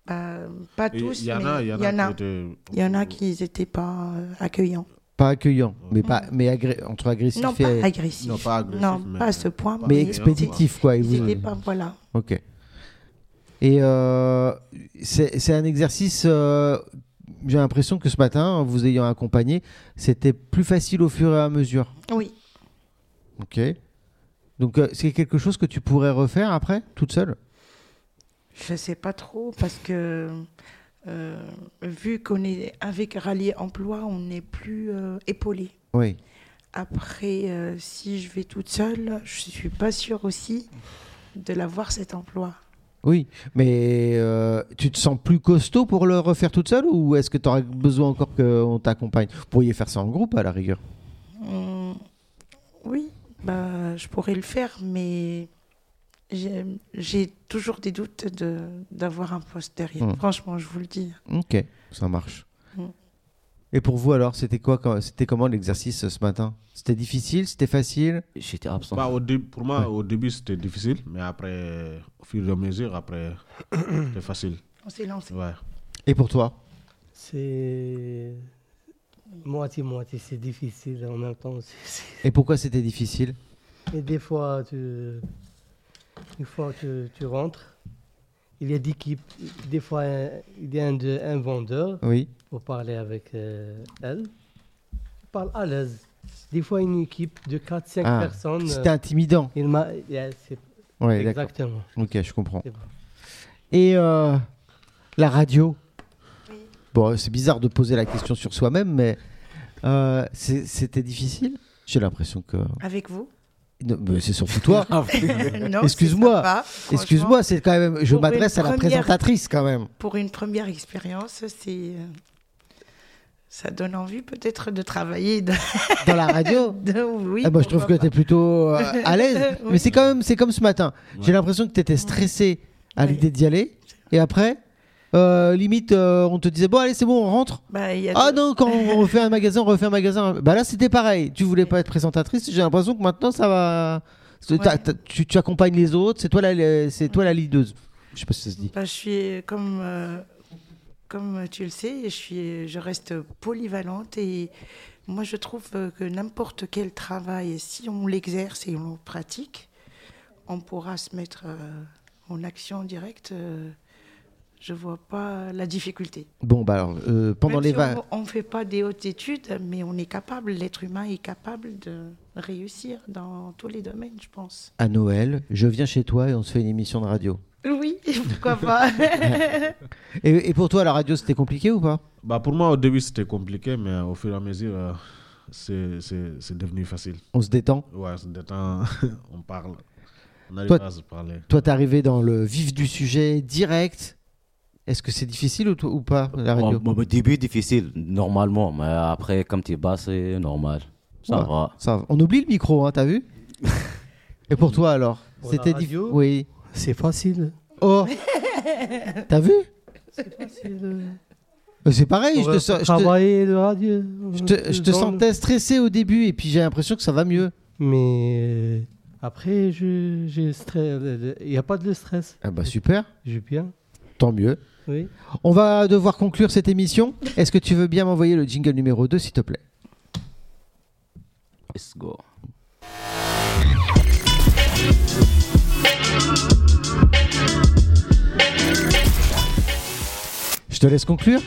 A: Bah, pas
E: Et
A: tous,
E: Il y en
A: mais
E: a, il y en a. qui étaient-
A: Il y en a qui n'étaient pas euh, accueillants.
B: Pas accueillant, mais pas, mais agré- entre agressif
A: Mm. Non,
B: et.
A: pas agressifs.
E: Non, pas agressifs,
A: Non,
E: mais-
A: pas à ce point.
E: Mais
B: mais
E: Ouais,
B: expéditif, quoi. et
A: Ils
B: vous-
A: n'étaient pas, voilà.
B: Ok. Et euh, c'est c'est un exercice. euh, J'ai l'impression que ce matin, vous ayant accompagné, c'était plus facile au fur et à mesure.
A: Oui,
B: Ok. Donc euh, c'est quelque chose que tu pourrais refaire après, toute seule.
A: je ne sais pas trop parce que euh, vu qu'on est avec Rallye Emploi, on n'est plus euh, épaulé.
B: Oui.
A: Après, euh, si je vais toute seule, je ne suis pas sûre aussi de l'avoir cet emploi.
B: Oui, mais euh, tu te sens plus costaud pour le refaire toute seule ou est-ce que tu aurais besoin encore qu'on t'accompagne Vous pourriez faire ça en groupe à la rigueur.
A: Hum, oui, bah, je pourrais le faire, mais j'ai j'ai toujours des doutes de- d'avoir un poste derrière.
B: Mm.
A: Franchement, je vous le dis.
B: Ok, ça marche.
A: Mm.
B: Et pour vous alors, c'était quoi quand- C'était comment l'exercice euh, ce matin C'était difficile C'était facile
C: J'étais absent.
E: Bah, au dé- pour moi, au début, c'était difficile, mais après, au fur et à mesure, après, c'était facile.
A: On s'est lancé.
E: Ouais.
B: Et pour toi
D: C'est moitié-moitié, c'est difficile en même temps. c'est- c'est-
B: Et pourquoi c'était difficile
D: Mais des fois, tu, une fois que tu rentres, il y a des équipes. Des fois, un- il y a un, de- un vendeur
B: Oui.
D: pour parler avec euh, elle. Il parle à l'aise. Des fois, une équipe de 4-5
B: Ah,
D: personnes.
B: C'était
D: euh,
B: intimidant.
D: il m'a. yeah, c'est-
B: Ouais, d'accord.
D: exactement.
B: Ok, je comprends.
D: C'est bon.
B: Et euh, la radio Bon, c'est bizarre de poser la question sur soi-même, mais euh, c'est- c'était difficile J'ai l'impression que.
A: Avec vous
B: Non, mais c'est surtout toi.
C: Ah,
A: Non,
B: Excuse-moi.
A: c'est sympa, franchement.
B: Excuse-moi, c'est quand même.
A: Pour
B: Je
A: une
B: m'adresse à la
A: première-
B: présentatrice quand même.
A: Pour une première expérience, c'est. euh, Ça donne envie peut-être de travailler. De...
B: Dans la radio.
A: de- oui,
B: Ah, moi, je trouve que
A: pourquoi
B: tu es plutôt euh, à l'aise.
A: Oui.
B: Mais c'est quand même, c'est comme ce matin. J'ai
E: Ouais.
B: l'impression que tu étais stressé à
A: Oui.
B: l'idée d'y aller. Et après, euh, limite, euh, on te disait bon, allez, c'est bon, on rentre.
A: pas. Bah, il y a
B: Ah
A: de-
B: non, quand on refait un magasin, on refait un magasin. Bah là, c'était pareil. Tu voulais pas être présentatrice. J'ai l'impression que maintenant, ça va. c'est- t'as-
A: Ouais.
B: t'as- tu, tu accompagnes les autres. C'est toi la, c'est toi la leaduse. Je sais pas si ça se dit.
A: Bah, je suis comme, euh, comme tu le sais, je, suis, je reste polyvalente et moi je trouve euh, que n'importe quel travail, si on l'exerce et on le pratique, on pourra se mettre euh, en action directe. euh, je vois pas la difficulté.
B: Bon, bah alors, euh, pendant
A: Même
B: les
A: si
B: vagues.
A: on- On ne fait pas des hautes études, mais on est capable, l'être humain est capable de réussir dans tous les domaines, je pense.
B: à Noël, je viens chez toi et on se fait une émission de radio.
A: Oui, pourquoi pas
B: Et, et pour toi, la radio, c'était compliqué ou pas
E: Bah, pour moi, au début, c'était compliqué, mais au fur et à mesure, euh, c'est- c'est c'est devenu facile.
B: On se détend.
E: Ouais, c'est des temps, on parle. On n'arrive
B: Toi-
E: pas à se parler.
B: Toi, t'es arrivé dans le vif du sujet, direct. Est-ce que c'est difficile ou, ou pas, la
C: Bon,
B: radio
D: bah,
C: bon, au début, difficile, normalement. Mais après, quand tu es bas, c'est normal. Ça
B: Ouais.
C: va.
B: Ça va. On oublie le micro, hein, t'as vu Et pour toi alors
D: Pour la
B: dif-
D: radio
B: Oui.
D: C'est facile.
B: Oh T'as vu
D: facile.
B: Mais C'est pareil,
D: Pour,
B: je te,
D: euh, pour
B: sens- je te-
D: travailler le radio.
B: je te- je te
D: dans le-
B: sentais stressé au début et puis j'ai l'impression que ça va mieux.
D: Mais euh, après, je, j'ai stress. il n'y a pas de stress.
B: Ah bah super,
D: Je suis bien.
B: tant mieux.
D: Oui.
B: On va devoir conclure cette émission. Est-ce que tu veux bien m'envoyer le jingle numéro 2, s'il te plaît
C: Let's go.
B: Je te laisse conclure.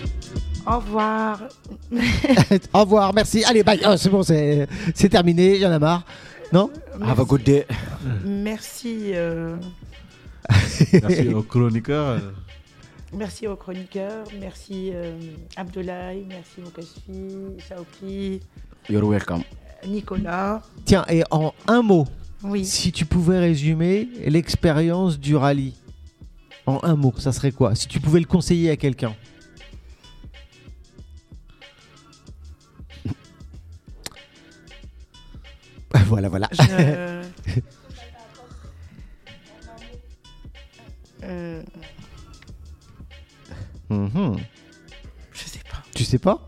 A: Au revoir.
B: Au revoir, merci. Allez, bye. Oh, c'est bon, c'est c'est terminé, y'en a marre. Non
C: Have a good day.
A: Merci, euh,
E: Merci aux chroniqueurs. euh,
A: merci aux chroniqueurs, merci euh, Abdoulaye, merci Mokashfi, Shaoki, Euh,
C: You're welcome.
A: Nicolas.
B: Tiens, et en un mot,
A: Oui,
B: si tu pouvais résumer l'expérience du rallye, en un mot, ça serait quoi Si tu pouvais le conseiller à quelqu'un Voilà, voilà.
A: Je ne- Euh,
B: Mhm.
A: je sais pas.
B: Tu sais pas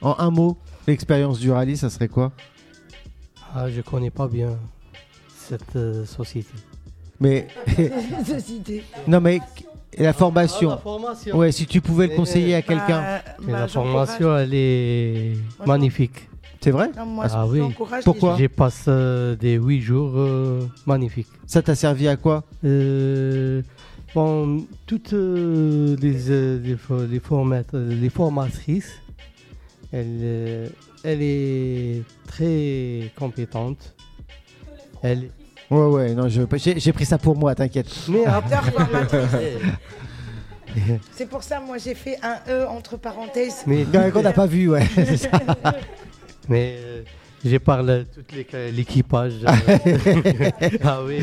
B: En un mot, l'expérience du rallye, ça serait quoi
D: Ah, je connais pas bien cette euh, société.
B: Mais
A: Cette idée.
B: non, mais et la
D: Ah,
B: formation.
D: la formation.
B: Ouais, si tu pouvais le conseiller à quelqu'un,
A: Bah,
D: Mais
A: bah,
D: la
A: j'encourage-
D: formation, elle est
A: Moi, je-
D: magnifique.
B: c'est vrai
A: Non, moi,
D: Ah oui.
A: j'encourage les
B: Pourquoi
A: gens.
D: J'ai passé euh, des huit jours euh, magnifiques.
B: Ça t'a servi à quoi
D: Euh, bon, toutes euh, les, euh, les, fo- les format- les formatrices, elle, euh, elle est très compétente. Elle,
B: Ouais, ouais, non, je veux pas- j'ai j'ai pris ça pour moi, t'inquiète.
D: mais après,
A: Acteur formatrice. C'est pour ça, moi, j'ai fait un E entre parenthèses.
D: mais,
B: Non, Qu'on n'a pas vu, ouais. c'est ça.
D: mais euh, je parle à tout l'équipage. euh. ah oui,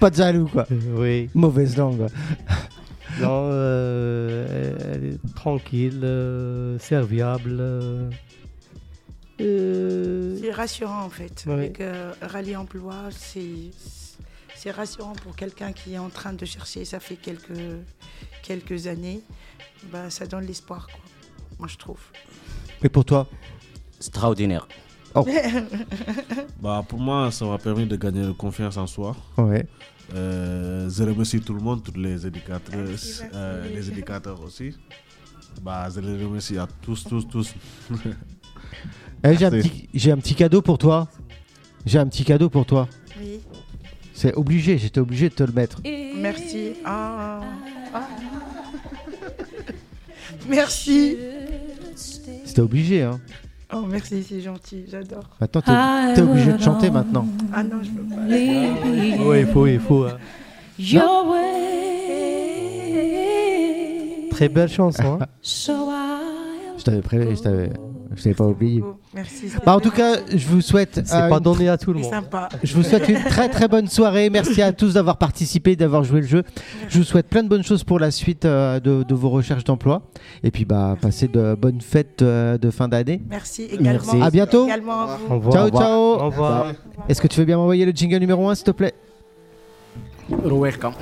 B: pas de jaloux, quoi.
D: oui.
B: Mauvaise langue.
D: Non, euh, elle est tranquille, euh, serviable. euh. Euh,
A: C'est rassurant, en fait.
D: Ouais.
A: Avec euh, Rallye Emploi, c'est c'est rassurant pour quelqu'un qui est en train de chercher. Ça fait quelques, quelques années. Bah, ça donne l'espoir, quoi. Moi, je trouve.
B: Mais pour toi
C: Extraordinaire.
E: Bah, pour moi, ça m'a permis de gagner confiance en soi.
B: Ouais.
E: Euh, je remercie tout le monde, toutes les éducatrices,
A: Ah, Merci, merci.
E: euh, les éducateurs aussi. Bah, je les remercie à tous, tous, tous.
B: Eh, J'ai un,
E: Merci.
B: petit- j'ai un petit cadeau pour toi. J'ai un petit cadeau pour toi.
A: Oui.
B: C'est obligé, j'étais obligé de te le mettre.
A: Merci. Ah. Ah. Merci.
B: C'était obligé, hein.
A: Oh, merci, c'est gentil. J'adore.
B: Maintenant, t'es t'es obligé de chanter maintenant.
A: Ah non, je peux pas.
D: Oui, il faut, il faut. hein.
F: Your way.
D: Très belle chanson. hein.
F: So I'll
B: Je t'avais prévu, je t'avais, je t'avais pas oublié.
A: Oh, merci.
B: Bah, en tout cas, je vous souhaite. euh,
D: C'est pas
B: une-
D: donné à tout le
A: C'est
D: monde.
A: sympa.
B: Je vous souhaite une très très bonne soirée. Merci à tous d'avoir participé, d'avoir joué le jeu. Je vous souhaite plein de bonnes choses pour la suite euh, de, de vos recherches d'emploi. Et puis bah passez de bonnes fêtes euh, de fin d'année.
A: Merci également.
B: À bientôt.
A: Également à vous.
D: Au revoir.
B: Ciao
D: Au revoir.
B: ciao.
D: Au revoir.
B: Est-ce que tu veux bien m'envoyer le jingle numéro 1 s'il te plaît
C: Welcome.